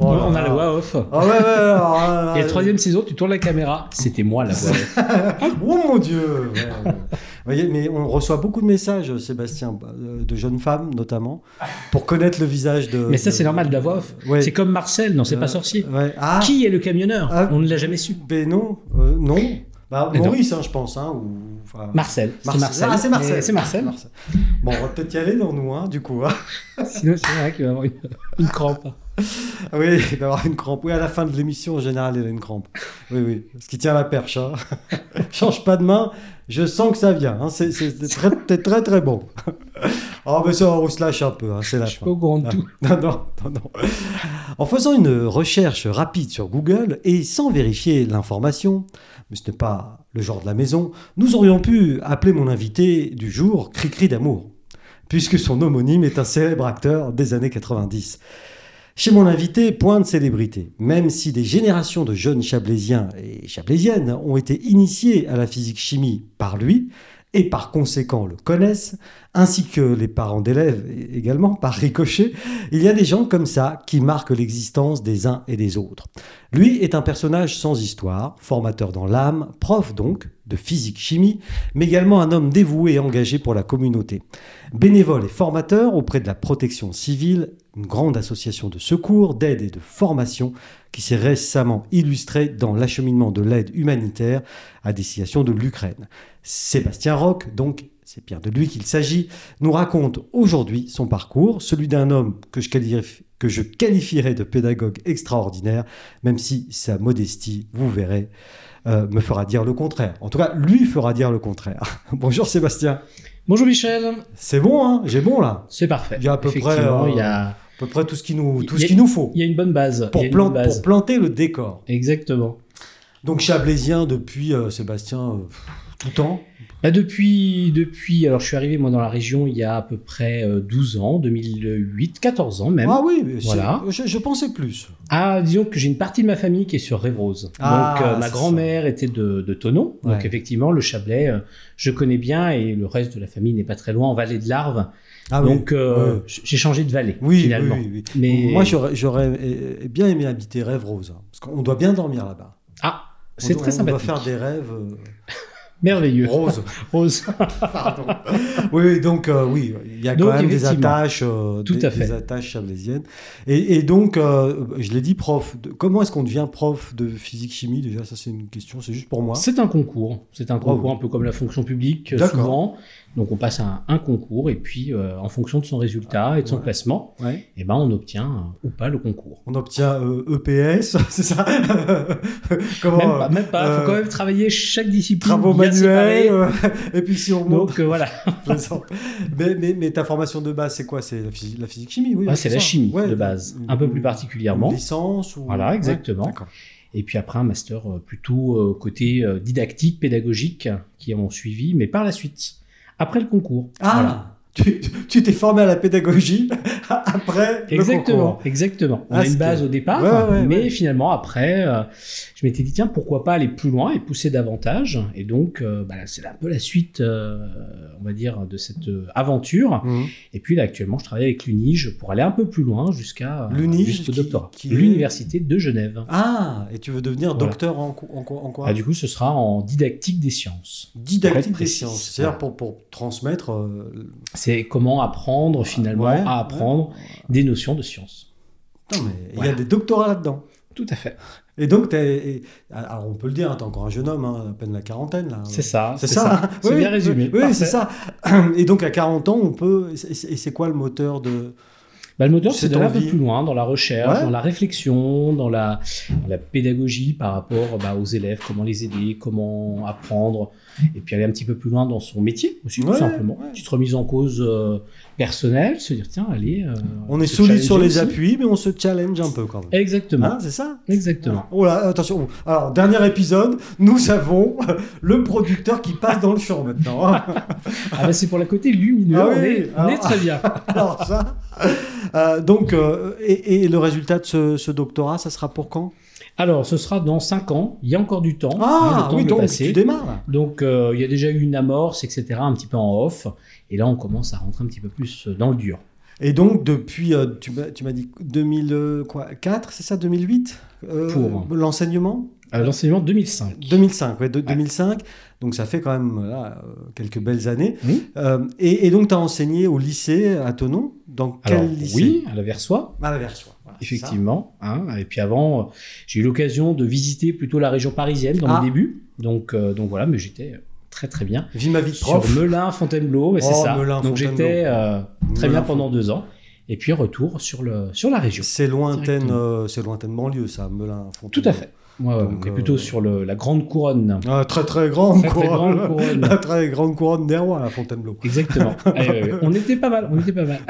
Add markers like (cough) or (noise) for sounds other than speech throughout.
Oh là on a là. la voix off. Ah (laughs) ouais, ouais, ouais, alors, euh, Et la troisième saison, tu tournes la caméra. C'était moi la voix off. Oh mon Dieu (laughs) Ouais, ouais. Vous voyez, mais on reçoit beaucoup de messages, Sébastien, euh, de jeunes femmes notamment, pour connaître le visage de. Mais ça, de- c'est normal de la voix off. Ouais. C'est comme Marcel, non, c'est Euh, pas sorcier. ouais. Ah, Qui est le camionneur Ah. On ne l'a jamais su. ben non, euh, non. Bah, Mais non. Maurice, hein, je pense. Hein, ou, enfin, Marcel. C'est Marcel. Ah, c'est Marcel. Mais C'est Marcel. Bon, on va peut-être y aller dans nous, hein, du coup. hein. Sinon, c'est vrai qu'il va avoir une, une crampe. Ah, Oui, (laughs) il va avoir une crampe. Oui, à la fin de l'émission, en général, il a une crampe. Oui, oui. Ce qui tient la perche. Hein. (laughs) Change pas de main. Je sens que ça vient. hein. C'est c'est très, très, très, très bon. (laughs) Oh, mais ça, on se lâche un peu. hein. C'est la Je suis fin. pas au courant de Ah, tout. (laughs) Non, non, non, non. En faisant une recherche rapide sur Google et sans vérifier l'information, mais ce n'est pas le genre de la maison, nous aurions pu appeler mon invité du jour Cricri d'amour, puisque son homonyme est un célèbre acteur des années 90. Chez mon invité, point de célébrité. Même si des générations de jeunes chablaisiens et chablaisiennes ont été initiés à la physique chimie par lui, et par conséquent le connaissent, ainsi que les parents d'élèves é- également, par ricochet, il y a des gens comme ça qui marquent l'existence des uns et des autres. Lui est un personnage sans histoire, formateur dans l'âme, prof donc de physique-chimie, mais également un homme dévoué et engagé pour la communauté. Bénévole et formateur auprès de la protection civile, une grande association de secours, d'aide et de formation qui s'est récemment illustrée dans l'acheminement de l'aide humanitaire à destination de l'Ukraine. Sébastien Roch, donc c'est bien de lui qu'il s'agit, nous raconte aujourd'hui son parcours, celui d'un homme que je, qualif- que je qualifierais de pédagogue extraordinaire, même si sa modestie, vous verrez, euh, me fera dire le contraire. En tout cas, lui fera dire le contraire. (laughs) Bonjour Sébastien. Bonjour Michel. C'est bon, hein J'ai bon là. C'est parfait. Il y a à peu près, Effectivement, euh, il y a, À peu près tout ce qu'il nous, tout Il y ce a- qu'il nous faut il y a une bonne base. Il y pour, a une plan- bonne base. pour planter le décor. Exactement. Donc chablaisien depuis euh, Sébastien euh, pff, tout temps. Bah, depuis, depuis, alors je suis arrivé moi dans la région il y a à peu près euh, 12 ans, 2008, 14 ans même. Ah oui, mais c'est- Voilà. je, je pensais plus. Ah, disons que j'ai une partie de ma famille qui est sur Révrose. Ah, donc, euh, c'est ma ça. grand-mère était de, de Thonon. Donc, Ouais. effectivement, le Chablais, euh, je connais bien et le reste de la famille n'est pas très loin, en vallée de l'Arve. Ah oui. donc, euh, Ouais. j- j'ai changé de vallée, Oui, finalement. oui, oui, oui. Mais- Moi, j'aurais- j'aurais euh, bien aimé habiter Rêve Rose. hein, parce qu'on doit bien dormir là-bas. Ah, On c'est doit- très On sympathique. doit faire des rêves euh, Merveilleux. (laughs) roses. Rose. Pardon. oui, oui, donc, euh, oui, il y a Donc, quand même des effectivement. attaches, euh, Tout des, à fait. des attaches chablaisiennes. Et, et donc, euh, je l'ai dit, prof. de- comment est-ce qu'on devient prof de physique-chimie Déjà, ça, c'est une question, c'est juste pour moi. C'est un concours. C'est un concours un peu comme la fonction publique, euh, D'accord. souvent. Donc, on passe à un, un concours et puis, euh, en fonction de son résultat et de son Ouais. classement, Ouais. eh ben, on obtient euh, ou pas le concours. On obtient euh, EPS, (laughs) c'est (laughs) ça Comment Même euh, pas, même pas. euh, faut quand même travailler chaque discipline. Travaux bien séparée. manuels, euh, (laughs) et puis si on monte, Donc euh, (laughs) voilà, plaisante. mais, mais, mais ta formation de base, c'est quoi C'est la, physique, la physique chimie, oui. Ouais, Ah, c'est la ça. chimie Ouais, de base, une- un peu plus une- particulièrement. Une licence ou... Voilà, Ouais, exactement. d'accord. Et puis après un master euh, plutôt euh, côté euh, didactique, pédagogique, qui ont suivi, mais par la suite, après le concours. Ah Voilà. Tu tu t'es formé à la pédagogie (laughs) après le Exactement, concours. exactement. On Ah, a une c'est- base au départ, Ouais, ouais, ouais. mais finalement après, euh, je m'étais dit tiens pourquoi pas aller plus loin et pousser davantage. Et donc euh, bah, c'est un peu la suite, euh, on va dire, de cette euh, aventure. Mhm. Et puis là actuellement je travaille avec l'UNIGE pour aller un peu plus loin jusqu'à euh, L'UNIGE jusqu'au qui- doctorat, qui est- l'université de Genève. Ah, et tu veux devenir Voilà. docteur en, co- en quoi, en quoi Ah, du coup, ce sera en didactique des sciences. Pour être Didactique des précis, sciences, c'est-à-dire voilà. pour, pour transmettre euh, C'est comment apprendre finalement Ah, Ouais, à apprendre des notions de sciences. Non, mais il y a Voilà. des doctorats là-dedans. Tout à fait. Et donc, t'es- et- alors on peut le dire, hein, t'es encore un jeune homme, hein, à peine la quarantaine là. C'est ça. C'est ça, hein C'est Oui, bien oui, résumé. Oui, Parfait. c'est ça. (clears throat) Et donc à 40 ans, on peut. Et c'est et c'est quoi le moteur de. Bah, le moteur, c'est Cette d'aller un peu envie. plus loin dans la recherche, Ouais. dans la réflexion, dans la, dans la pédagogie par rapport bah, aux élèves, comment les aider, comment apprendre, et puis aller un petit peu plus loin dans son métier aussi, tout Ouais, simplement. ouais. Petite remise en cause euh, personnelle, se dire tiens, allez. euh, On est se solide sur les challenger aussi. appuis, mais on se challenge un peu quand même. Exactement. Hein, c'est ça Exactement. Oh là, attention. Alors, dernier épisode, nous avons (laughs) le producteur qui passe dans le champ maintenant. (laughs) hein. Ah bah, c'est pour la côté lumineux. Ah on, oui, est, on alors- est très bien. Alors, ça. euh, donc, euh, et, et le résultat de ce, ce doctorat, ça sera pour quand Alors, ce sera dans 5 ans. Il y a encore du temps. hein, Ah, le temps oui, de donc passer. tu démarres. là. Donc, euh, il y a déjà eu une amorce, etc., un petit peu en off. Et là, on commence à rentrer un petit peu plus euh, dans le dur. Et donc, depuis, euh, tu m'as tu m'as dit 2004, c'est ça 2008 euh, Pour. L'enseignement Euh, L'enseignement 2005. 2005, ouais, de- Ouais. 2005. Donc, ça fait quand même là, euh, quelques belles années. Oui. Euh, et, et donc, tu as enseigné au lycée à Tonon Dans Alors, quel lycée oui, à la Versoix, À la Versoix. Voilà, c'est ça. effectivement. hein. Et puis avant, euh, j'ai eu l'occasion de visiter plutôt la région parisienne dans Ah. le début. Donc, euh, donc voilà, mais j'étais très très bien. Vis ma vie de prof. Sur Melun, Fontainebleau, et c'est Oh, ça. Melun, Donc Fontainebleau. j'étais euh, très Melun, bien pendant deux ans. Et puis retour sur, le, sur la région. C'est lointaine, Directement. euh, c'est lointaine banlieue, ça, Melun. Tout Fontainebleau. à fait. Ouais, ouais, Donc, donc, euh, plutôt sur le, la Grande Couronne. Ah, très très grande Très, (laughs) très couronne. grande couronne. La très grande couronne des rois, la Fontainebleau. (laughs) Exactement. Eh Ouais, ouais, ouais. On était pas mal, on était pas mal.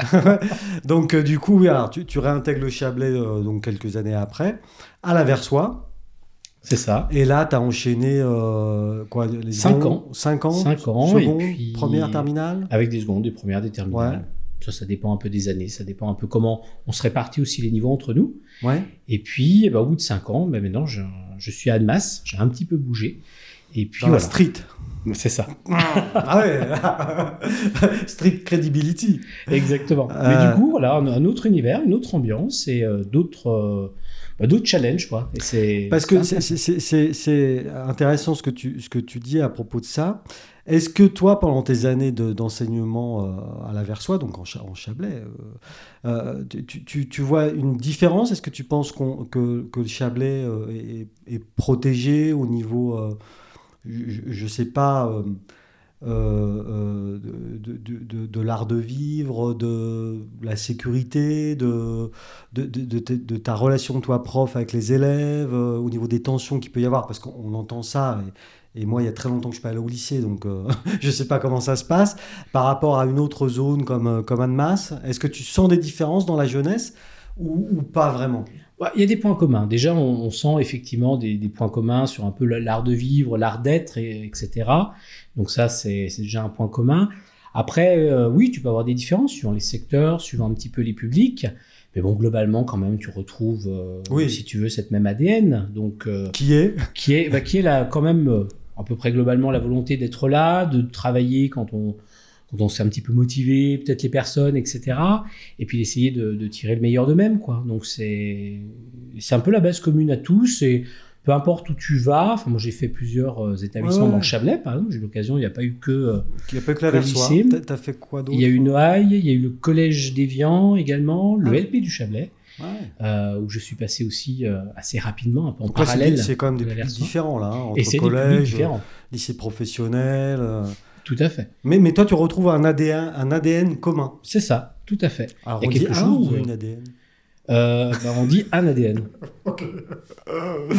Donc, euh, du coup, oui, alors, tu, tu réintègres le Chablais euh, donc quelques années après, à la Versoix. C'est ça. Et là, tu as enchaîné euh, quoi les Cinq ans. 5 ans. Cinq ans, Seconde, et puis- première, terminale. Avec des secondes, des premières, des terminales. Ça, ça dépend un peu des années. Ça dépend un peu comment on se répartit aussi les niveaux entre nous. Ouais. Et puis, eh ben, au bout de cinq ans, ben, maintenant, je, je suis à Annemasse. J'ai un petit peu bougé. Et puis, Dans la voilà. street. (laughs) C'est ça. ah ouais. (laughs) street credibility. Exactement. Euh, Mais du coup, voilà, un, un autre univers, une autre ambiance et euh, d'autres euh, bah, d'autres challenges, quoi. Et c'est Parce que c'est- ça. c'est- c'est c'est- c'est intéressant ce que, tu, ce que tu dis à propos de ça. Est-ce que toi, pendant tes années de- d'enseignement euh, à la Versoix, donc en, Cha- en Chablais, euh, euh, tu- tu, tu- tu vois une différence Est-ce que tu penses qu'on- que, que le Chablais euh, est, est protégé au niveau, euh, je ne sais pas, euh, euh, euh, de, de- de- de l'art de vivre, de la sécurité, de, de, de- de ta- de ta relation, toi, prof, avec les élèves, euh, au niveau des tensions qu'il peut y avoir, parce qu'on on entend ça. Et, et moi, il y a très longtemps que je ne suis pas allé au lycée, donc euh, (laughs) je ne sais pas comment ça se passe. Par rapport à une autre zone comme, euh, comme Annemasse, est-ce que tu sens des différences dans la jeunesse ou, ou pas vraiment Ouais, Il y a des points communs. Déjà, on, on sent effectivement des, des points communs sur un peu le- l'art de vivre, l'art d'être, et- etc. Donc ça, c'est c'est déjà un point commun. Après, euh, oui, tu peux avoir des différences suivant les secteurs, suivant un petit peu les publics. Mais bon, globalement, quand même, tu retrouves, euh, Oui. si tu veux, cette même ADN. Donc, euh, Qui est qui est, bah, qui est là, quand même euh, à peu près globalement la volonté d'être là, de travailler quand on, quand on s'est un petit peu motivé, peut-être les personnes, etc. Et puis d'essayer de, de tirer le meilleur d'eux-mêmes, quoi. Donc c'est c'est un peu la base commune à tous et peu importe où tu vas, enfin moi j'ai fait plusieurs euh, établissements Ouais. dans le Chablais par exemple, j'ai eu l'occasion, il n'y a pas eu que euh, Il n'y a pas que la Le Versoix. lycée. T'as- T'as fait quoi d'autre il y a eu Noailles, il y a eu le collège d'Évian également, le hein. Ah. LP du Chablais Ouais. euh, où je suis passé aussi euh, assez rapidement un peu en Donc là, c'est des- parallèle C'est quand même des de la publics Versoix. différents, là, hein, et c'est entre des publics collège, différents. lycée professionnel. euh. Tout à fait. Mais, mais toi, tu retrouves un ADN, un ADN commun. C'est ça, tout à fait. Alors, Il y on a dit quelque un chose, ou euh, une ADN Euh, bah, on dit un ADN,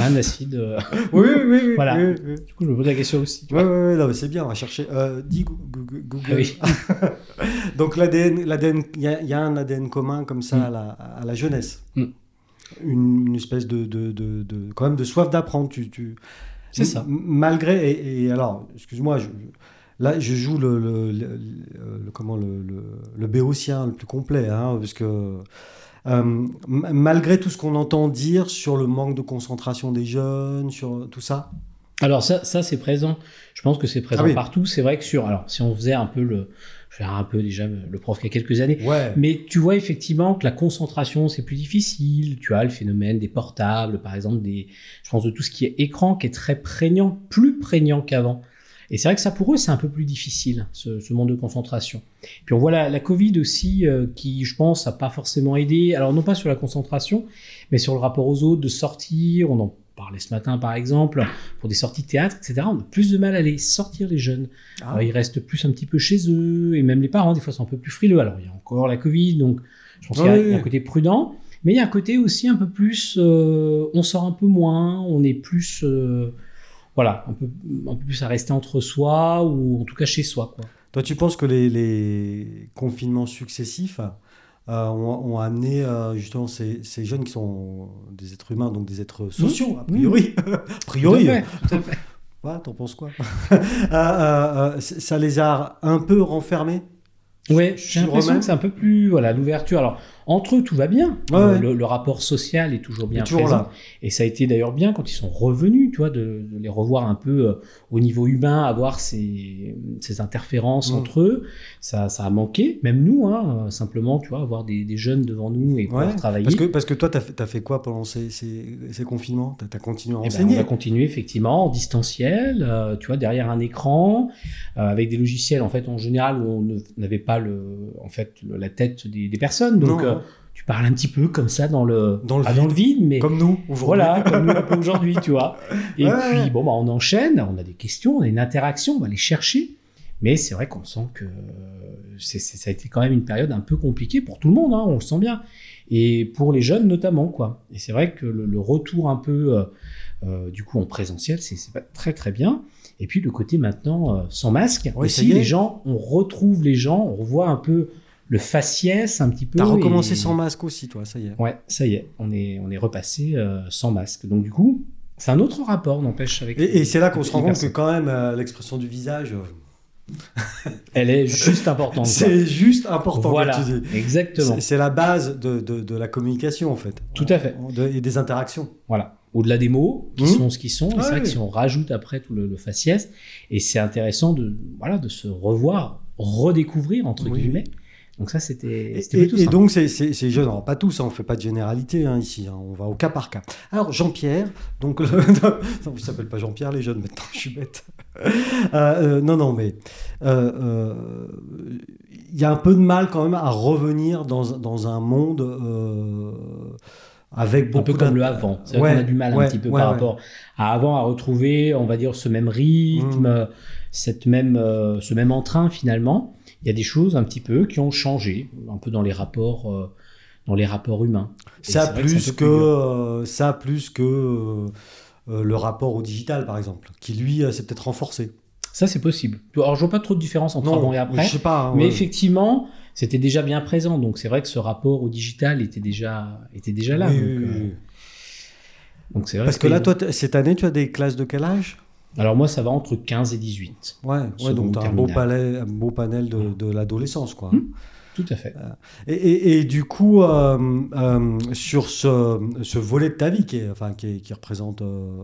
un acide. euh. Oui, oui, oui. oui, Voilà. Oui, oui. Du coup, je me pose la question aussi. Ouais, ouais, ouais, non, mais c'est bien, on va chercher. Euh, dis Gou- Gou- Gou- Google. Ah oui. (laughs) Donc, l'ADN, l'ADN, il y, a- il y a un ADN commun comme ça à, la, à la jeunesse. Mm. Une, une espèce de, de, de, de- quand même de soif d'apprendre. Tu, tu... C'est ça. M- Malgré, et, et alors, excuse-moi, je- je- là, je joue le, le, le- le- comment, le, le, le béotien le plus complet, hein, parce que euh, m- malgré tout ce qu'on entend dire sur le manque de concentration des jeunes, sur tout ça. Alors ça, ça c'est présent. Je pense que c'est présent Ah oui. partout. C'est vrai que sur, alors si on faisait un peu le, je vais faire un peu déjà le prof il y a quelques années. Ouais. Mais tu vois effectivement que la concentration c'est plus difficile. Tu as le phénomène des portables, par exemple des, je pense de tout ce qui est écran qui est très prégnant, plus prégnant qu'avant. Et c'est vrai que ça pour eux c'est un peu plus difficile ce, ce monde de concentration. Puis on voit la, la Covid aussi euh, qui je pense a pas forcément aidé. Alors non pas sur la concentration, mais sur le rapport aux autres, de sortir. On en parlait ce matin par exemple pour des sorties théâtre, etc. On a plus de mal à les sortir les jeunes. Ah. Alors, ils restent plus un petit peu chez eux, et même les parents, des fois, sont un peu plus frileux. Alors, il y a encore la Covid, donc je pense qu'il y a- Oui. il y, a un côté prudent, mais il y a un côté aussi un peu plus. euh, on sort un peu moins, on est plus. euh, voilà, un peu, un peu plus à rester entre soi, ou en tout cas chez soi, quoi. Toi, tu penses que les, les confinements successifs euh, ont, ont amené euh, justement ces, ces jeunes qui sont des êtres humains, donc des Mmh. êtres sociaux, a priori (laughs) A priori Tout à fait, Euh, tout à fait. Ouais, t'en penses quoi (laughs) Euh, euh, euh, c- Ça les a un peu renfermés Ouais, Sur j'ai l'impression eux-mêmes que c'est un peu plus. Voilà, l'ouverture. Alors, Entre eux, tout va bien. Euh, Ouais, ouais. Le, le rapport social est toujours bien Et toujours présent. là. Et ça a été d'ailleurs bien quand ils sont revenus, tu vois, de, de les revoir un peu euh, au niveau humain, avoir ces, ces interférences Mm. entre eux. Ça, ça a manqué, même nous, hein, euh, simplement, tu vois, avoir des, des jeunes devant nous et pouvoir Ouais, travailler. Eh Parce que, parce que toi, t'as fait, t'as fait quoi pendant ces, ces, ces confinements T'as t'as continué à Eh ben, on enseigner va continuer effectivement en distanciel, euh, tu vois, derrière un écran, euh, avec des logiciels en fait en général où on ne- n'avait pas le, en fait, le- la tête des, des personnes. Donc Non, euh, tu parles un petit peu comme ça dans le, Dans le ah, dans le vide, mais Comme nous, aujourd'hui. voilà, comme nous un peu aujourd'hui, (laughs) tu vois. Et Ouais, ouais. puis bon, bah, on enchaîne, on a des questions, on a une interaction, on va les chercher. Mais c'est vrai qu'on sent que euh, c'est- c'est- ça a été quand même une période un peu compliquée pour tout le monde, hein, on le sent bien. Et pour les jeunes notamment, quoi. Et c'est vrai que le, le retour un peu, euh, euh, du coup, en présentiel, c'est- c'est pas très très bien. Et puis le côté maintenant euh, sans masque, Oui, ça aussi, y est. les gens, on retrouve les gens, on revoit un peu le faciès un petit peu. T'as recommencé et- sans masque aussi, toi, ça y est. Ouais, ça y est, on est, on est repassé euh, sans masque. Donc du coup, c'est un autre rapport, n'empêche, avec... Et, et c'est là qu'on se rend les compte que personnes. quand même, euh, l'expression du visage, euh, Elle est juste importante. (laughs) quoi. c'est juste important, Voilà, comme tu dis. exactement. C'est- C'est la base de, de- de la communication, en fait. Tout à fait. De- et des interactions. Voilà. Au-delà des mots, qui Mhm. sont ce qu'ils sont, et Ah c'est vrai oui. que si on rajoute après tout le, le faciès, et c'est intéressant de, voilà, de se revoir, redécouvrir, entre Oui, oui. guillemets. Donc ça, c'était Et, c'était plutôt et- et sympa. donc, ces- ces ces jeunes, alors, pas tous, hein, on ne fait pas de généralité hein, ici, hein, on va au cas par cas. Alors, Jean-Pierre, donc, le... (laughs) non, ils s'appellent pas Jean-Pierre les jeunes maintenant, je suis bête. (laughs) Euh, euh, non, non, mais euh, euh, il y a un peu de mal quand même à revenir dans, dans un monde euh, avec un beaucoup peu comme d'int- le avant. C'est Ouais, vrai qu'on a du mal ouais, un petit peu ouais, par ouais. rapport à avant à retrouver, on va dire, ce même rythme, Mm. euh, cette même, euh, ce même entrain finalement. Il y a des choses un petit peu qui ont changé, un peu dans les rapports, euh, dans les rapports humains. Et Ça c'est vrai que c'est un plus peu que, plus dur. euh, ça plus que euh, euh, le rapport au digital, par exemple, qui lui euh, s'est peut-être renforcé. Ça, c'est possible. Alors, je vois pas trop de différence entre avant et après. je sais pas. hein, Mais ouais. effectivement, c'était déjà bien présent. Donc, c'est vrai que ce rapport au digital était déjà, était déjà là. Oui, donc, oui, euh, oui. donc c'est vrai Parce que là, toi, t'as- cette année, tu as des classes de quel âge Alors, moi, ça va entre 15 et 18. Ouais, ouais Seconde, donc tu as un beau, terminale. palais- un beau panel de, de l'adolescence, quoi. Mm. Tout à fait. Et, et- et du coup, euh, euh, sur ce, ce volet de ta vie qui, est- enfin, qui, est- qui représente euh,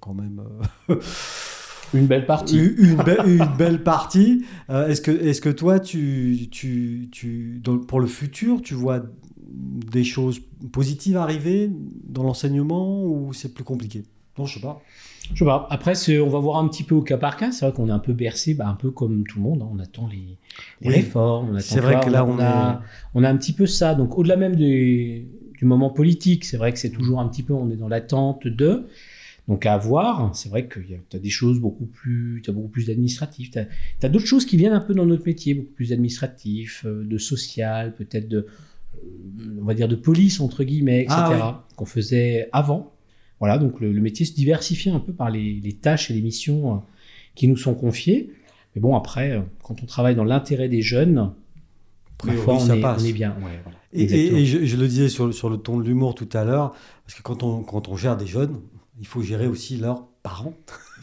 quand même euh, (laughs) Une belle partie. une, une be- une belle partie, euh, est-ce que, est que toi, tu, tu, tu, dans- pour le futur, tu vois des choses positives arriver dans l'enseignement ou c'est plus compliqué Non, je sais pas. Je sais pas. Après, c'est- on va voir un petit peu au cas par cas. C'est vrai qu'on est un peu bercé, bah, un peu comme tout le monde. hein. On attend les, les Oui. réformes. on attend, C'est tu vrai vois, que là, on a, on a un petit peu ça. Donc, au-delà même des- du moment politique, c'est vrai que c'est toujours un petit peu, on est dans l'attente de. Donc, à voir. C'est vrai que tu as des choses beaucoup plus, tu as beaucoup plus d'administratif. Tu as, d'autres choses qui viennent un peu dans notre métier, beaucoup plus d'administratif, euh, de social, peut-être de, euh, on va dire, de police, entre guillemets, etc., Ah qu'on faisait avant. Voilà, donc le, le métier se diversifie un peu par les, les tâches et les missions euh, qui nous sont confiées. Mais bon, après, euh, quand on travaille dans l'intérêt des jeunes, priori, parfois on, ça est, passe. on est bien. Ouais, voilà. Et, et- Exactement. et je, je le disais sur, le- sur le ton de l'humour tout à l'heure, parce que quand on, quand on gère des jeunes, il faut gérer aussi leurs parents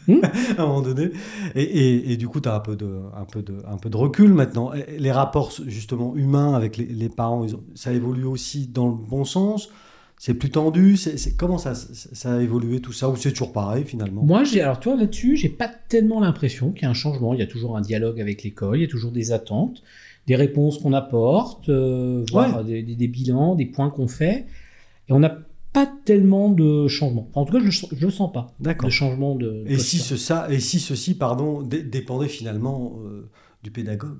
Hmm. (laughs) à un moment donné. Et, et- et du coup, tu as un peu, de, un, peu de, un peu de recul maintenant. Et les rapports justement humains avec les, les parents, ils ont- ça évolue aussi dans le bon sens c'est plus tendu, c'est c'est- comment ça, ça a évolué tout ça Ou c'est toujours pareil finalement Moi, j'ai alors toi là-dessus, j'ai pas tellement l'impression qu'il y a un changement. Il y a toujours un dialogue avec l'école, il y a toujours des attentes, des réponses qu'on apporte, euh, voire des, des- des bilans, des points qu'on fait, et on n'a pas tellement de changement. Enfin, en tout cas, je le sens- je le sens pas D'accord. de changement de. de Et si, posture. ce, ça, et si ceci pardon, dé- dépendait finalement euh, du pédagogue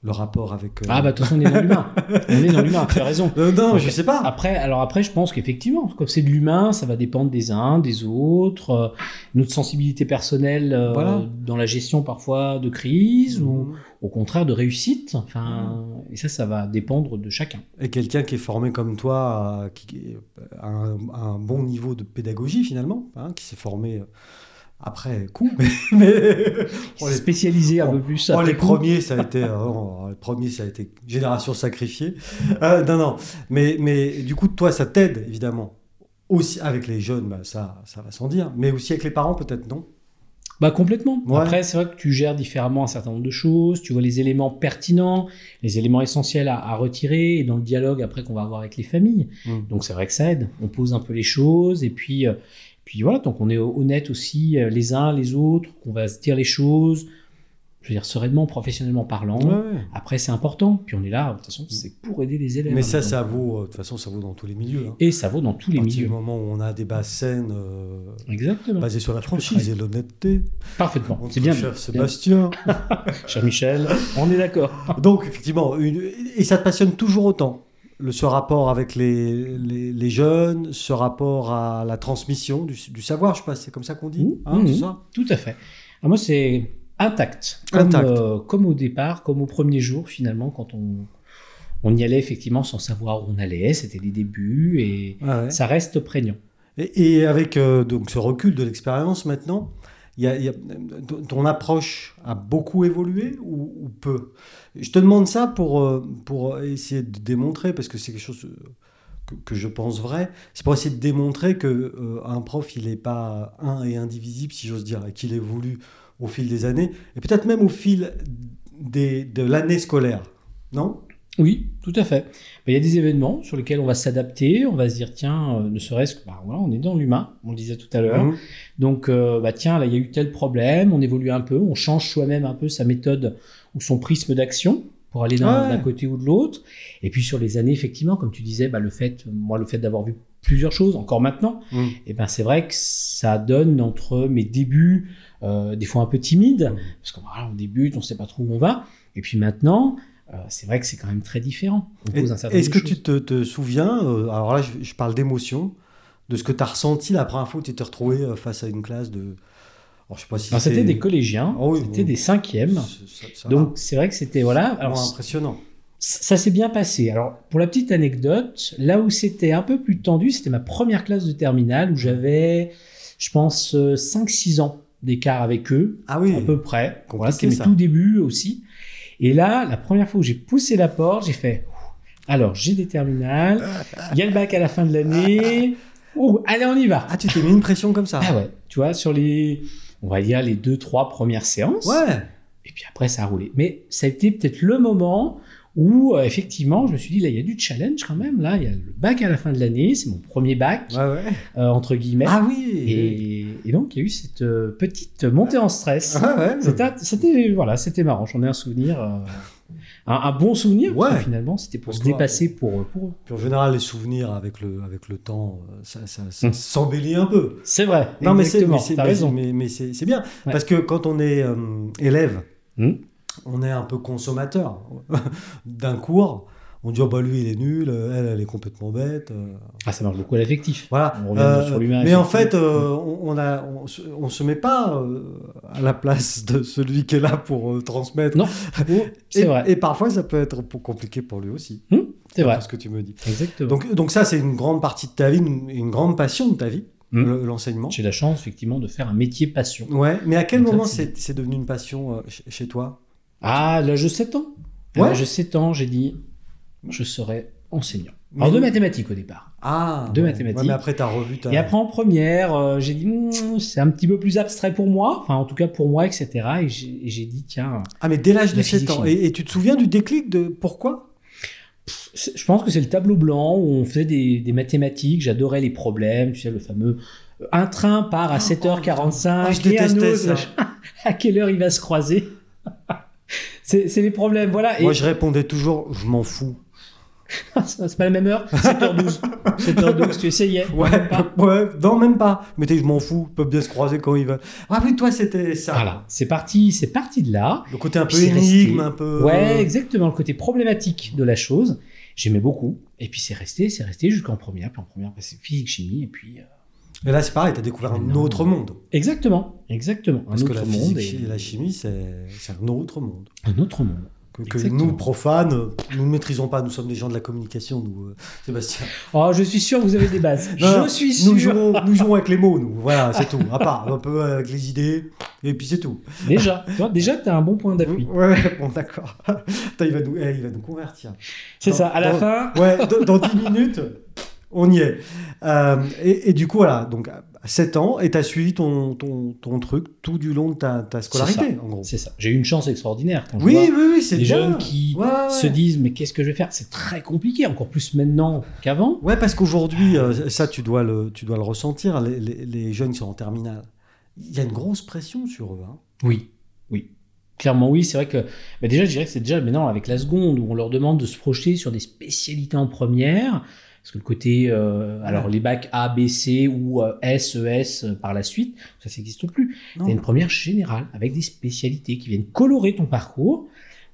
Le rapport avec. euh, Ah bah de toute façon, on est dans l'humain. (laughs) on est dans l'humain. Tu as raison. Euh, non, Ok. je sais pas. Après, alors après, je pense qu'effectivement, comme c'est de l'humain, ça va dépendre des uns, des autres, euh, notre sensibilité personnelle euh, Voilà. Mhm. dans la gestion parfois de crise ou au contraire de réussite. Enfin, et ça, ça va dépendre de chacun. Et quelqu'un qui est formé comme toi, euh, qui- qui a un, un bon niveau de pédagogie finalement, hein, qui s'est formé euh, après coup, (laughs) mais, mais- Qui Oh, s'est les, spécialisé un oh, peu plus. oh, après les coup. premiers, ça a été, euh, oh, les premiers, ça a été génération sacrifiée. Euh, non, non, mais, mais du coup, toi, ça t'aide évidemment. Aussi avec les jeunes, bah, ça, ça va sans dire, mais aussi avec les parents peut-être, non Bah complètement. Ouais. Après, c'est vrai que tu gères différemment un certain nombre de choses, tu vois les éléments pertinents, les éléments essentiels à, à retirer, et dans le dialogue après qu'on va avoir avec les familles. Mm. Donc c'est vrai que ça aide. On pose un peu les choses, et puis, euh, puis voilà, donc on est honnête aussi euh, les uns les autres, qu'on va se dire les choses, je veux dire sereinement, professionnellement parlant. Ouais, ouais. Après, c'est important, puis on est là, de toute façon, c'est pour aider les élèves. Mais en ça, même temps. ça vaut, euh, de toute façon, ça vaut dans tous les milieux. hein. Et ça vaut dans tous les à partir du milieux. moment où on a des bases saines euh, Exactement. basées sur la franchise et l'honnêteté, Parfaitement. entre C'est bien. cher bien. Sébastien. Cher Michel, (laughs) on est d'accord. Donc, effectivement, une- et ça te passionne toujours autant, le, ce rapport avec les, les, les jeunes, ce rapport à la transmission du, du savoir, je sais pas, c'est comme ça qu'on dit Mmh, hein, mmh. c'est ça Tout à fait. Alors moi, c'est intact. Comme, Intact. euh, comme au départ, comme au premier jour, finalement, quand on, on y allait effectivement sans savoir où on allait. C'était les débuts et Ouais. ça reste prégnant. Et, et avec euh, donc ce recul de l'expérience maintenant, il y a- il y a- ton- ton approche a beaucoup évolué ou, ou peu Je te demande ça pour, euh, pour essayer de démontrer, parce que c'est quelque chose euh, que, que je pense vrai, c'est pour essayer de démontrer que euh, un prof, il n'est pas un et indivisible, si j'ose dire, et qu'il évolue au fil des années, et peut-être même au fil des, de l'année scolaire. Non Oui, tout à fait. Mais Il y a des événements sur lesquels on va s'adapter, on va se dire, tiens, euh, ne serait-ce que, bah, voilà, on est dans l'humain, on le disait tout à l'heure. Mhm. Donc, euh, bah, tiens, là, il y a eu tel problème, on évolue un peu, on change soi-même un peu sa méthode ou son prisme d'action pour aller d'un Ouais. d'un côté ou de l'autre. Et puis, sur les années, effectivement, comme tu disais, bah, le fait, moi, le fait d'avoir vu plusieurs choses, encore maintenant, Mm. et ben, c'est vrai que ça donne entre mes débuts, euh, des fois un peu timide, Mm. parce qu'on voilà, on débute, on sait pas trop où on va. Et puis maintenant, euh, c'est vrai que c'est quand même très différent. On pose un certain Est-ce que nombre de tu te, te souviens, euh, alors là je, je parle d'émotion, de ce que tu as ressenti la première fois où tu t'es retrouvé euh, face à une classe de... Alors je sais pas si Alors, c'était c'est- des collégiens, Ah oui, c'était oui. des cinquièmes. Ça- ça va. Donc, c'est vrai que c'était, voilà. Moins Alors, impressionnant. Ça s'est bien passé. Alors, pour la petite anecdote, là où c'était un peu plus tendu, c'était ma première classe de terminale où j'avais, je pense, 5-6 ans d'écart avec eux, Ah oui, à peu près. Compliqué, Voilà, c'était mes ça. tout débuts aussi. Et là, la première fois où j'ai poussé la porte, j'ai fait Ouh. Alors, j'ai des terminales, il y a le bac à la fin de l'année. Ouh, allez, on y va ah tu t'es mis une pression comme ça. Ah ouais, tu vois, sur les, on va dire, les 2-3 premières séances. Ouais, Et puis après, ça a roulé. Mais ça a été peut-être le moment où, euh, effectivement, je me suis dit, là, il y a du challenge quand même. Là, il y a le bac à la fin de l'année. C'est mon premier bac, ouais, ouais. euh, entre guillemets. Ah oui et, et donc, il y a eu cette euh, petite montée en stress. Ah ouais. C'était- C'était voilà, c'était marrant. J'en ai un souvenir, euh, un, un bon souvenir. parce que Ouais. finalement, c'était pour se Pourquoi dépasser pour, euh, pour eux. Puis en général, les souvenirs avec le, avec le temps, euh, ça, ça- ça Mm. s'embellit un peu. C'est vrai. Non, mais c'est, exactement, mais c'est- T'as mais- raison. mais- mais c'est- c'est bien. Ouais. Parce que quand on est euh, élève, Hmm. on est un peu consommateur (laughs) d'un cours. On dit, oh, bah, lui, il est nul, euh, elle, elle est complètement bête. euh, Ah, ça marche beaucoup à l'affectif. Voilà. Euh, On revient sur l'humain, mais en fait, effectivement. euh, on, on, a, on, se- on se met pas euh, à la place de celui qui est là pour euh, transmettre. Non, C'est (laughs) et, vrai. Et parfois, ça peut être pour- compliqué pour lui aussi. C'est vrai. tout ce que tu me dis. Exactement. Donc, donc ça, c'est une grande partie de ta vie, une, une grande passion de ta vie, Hmm. le- l'enseignement. j'ai la chance, effectivement, de faire un métier passion. Ouais, mais à quel Donc ça, moment c'est- c'est c'est devenu une passion euh, ch- chez toi Ah, l'âge de 7 ans. À Ouais. l'âge de 7 ans, j'ai dit, je serai enseignant. Alors, de mathématiques au départ. Ah, de ouais. mathématiques. Ouais, mais après, t'as revu ta. Et après, en première, euh, j'ai dit, Hmm, c'est un petit peu plus abstrait pour moi. Enfin, en tout cas, pour moi, etc. Et j'ai et j'ai dit, tiens, Ah, mais dès l'âge de La 7 physique ans. chimie. Et, et tu te souviens du déclic de pourquoi c'est- je pense que c'est le tableau blanc où on faisait des, des mathématiques. J'adorais les problèmes. Tu sais, le fameux, euh, un train part à Oh, 7h45. Ah, Je et un détestais ça. autre, (laughs) À quelle heure il va se croiser (laughs) C'est c'est les problèmes, voilà. Et (laughs) Moi, je répondais toujours, je m'en fous. c'est pas la même heure, (laughs) 7h12. 7h12, tu essayais. Ouais, même pas. ouais, non, même pas. Mais t'es, je m'en fous, ils peuvent bien se croiser quand ils veulent. Ah oui, toi, c'était ça. Voilà, c'est parti, c'est parti de là. Le côté un peu Puis c'est resté. énigme, un peu. Ouais, exactement, le côté problématique de la chose. J'aimais beaucoup. Et puis c'est resté, c'est resté jusqu'en première. Puis en première, après, c'est physique, chimie. Et puis. euh, Et là, c'est pareil, t'as découvert un Non. autre monde. Exactement, exactement. Un Parce que autre la monde. physique et- et la chimie, c'est c'est un autre monde. Un autre monde. Que, que Exactement. nous, profanes, nous ne maîtrisons pas. Nous sommes des gens de la communication, nous, euh, Sébastien. Oh, je suis sûr que vous avez des bases. (laughs) Non, je suis Nous sûr. jouons, nous jouons avec les mots, nous. (laughs) Voilà, c'est tout. À part un peu avec les idées, et puis c'est tout. Déjà, tu vois, déjà, t'as un bon point d'appui. Ouais, bon, d'accord. Putain, il, va nous- eh, il va nous convertir. C'est Dans- ça, à la dans- fin. Ouais, dans, dans 10 minutes, on y est. Euh, et, et du coup, voilà, donc à à 7 ans et tu as suivi ton, ton, ton truc tout du long de ta, ta scolarité, en gros. C'est ça. J'ai eu une chance extraordinaire. Quand je Oui, vois oui, oui, c'est des bien. jeunes qui Ouais, ouais, se ouais. disent mais qu'est-ce que je vais faire C'est très compliqué, encore plus maintenant qu'avant. Ouais, parce qu'aujourd'hui, euh, ça, tu dois le, tu dois le ressentir, les, les- les jeunes qui sont en terminale, il y a une grosse pression sur eux. hein. Oui, oui. Clairement, oui. C'est vrai que bah, déjà, je dirais que c'est déjà maintenant avec la seconde où on leur demande de se projeter sur des spécialités en première. Parce que le côté, euh, alors les bacs A, B, C ou euh, S, E, S euh, par la suite, ça n'existe plus. Non. T'as une première générale avec des spécialités qui viennent colorer ton parcours.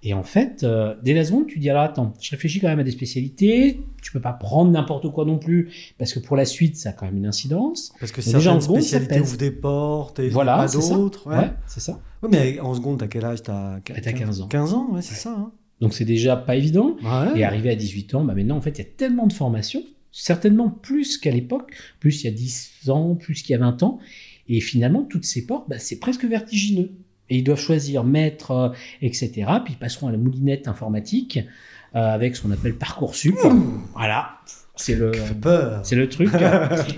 Et en fait, euh, dès la seconde, tu dis alors attends, je réfléchis quand même à des spécialités. Tu peux pas prendre n'importe quoi non plus parce que pour la suite, ça a quand même une incidence. Parce que Mais déjà, certaines en seconde, ça spécialités pèse. ouvrent des portes et Voilà, pas c'est ça. d'autres. Ouais, ouais. c'est ça. Ouais, mais en seconde, t'as quel âge T'as Bah, t'as 15 ans. 15 ans, ouais, c'est ça. hein. Donc c'est déjà pas évident. Ouais. Et arrivé à 18 ans, bah maintenant, en fait, il y a tellement de formations, certainement plus qu'à l'époque, plus il y a 10 ans, plus qu'il y a 20 ans. Et finalement, toutes ces portes, bah, c'est presque vertigineux. Et ils doivent choisir maître, euh, etc. Puis ils passeront à la moulinette informatique euh, avec ce qu'on appelle Parcoursup. Voilà, c'est le, Ça fait peur. c'est le truc.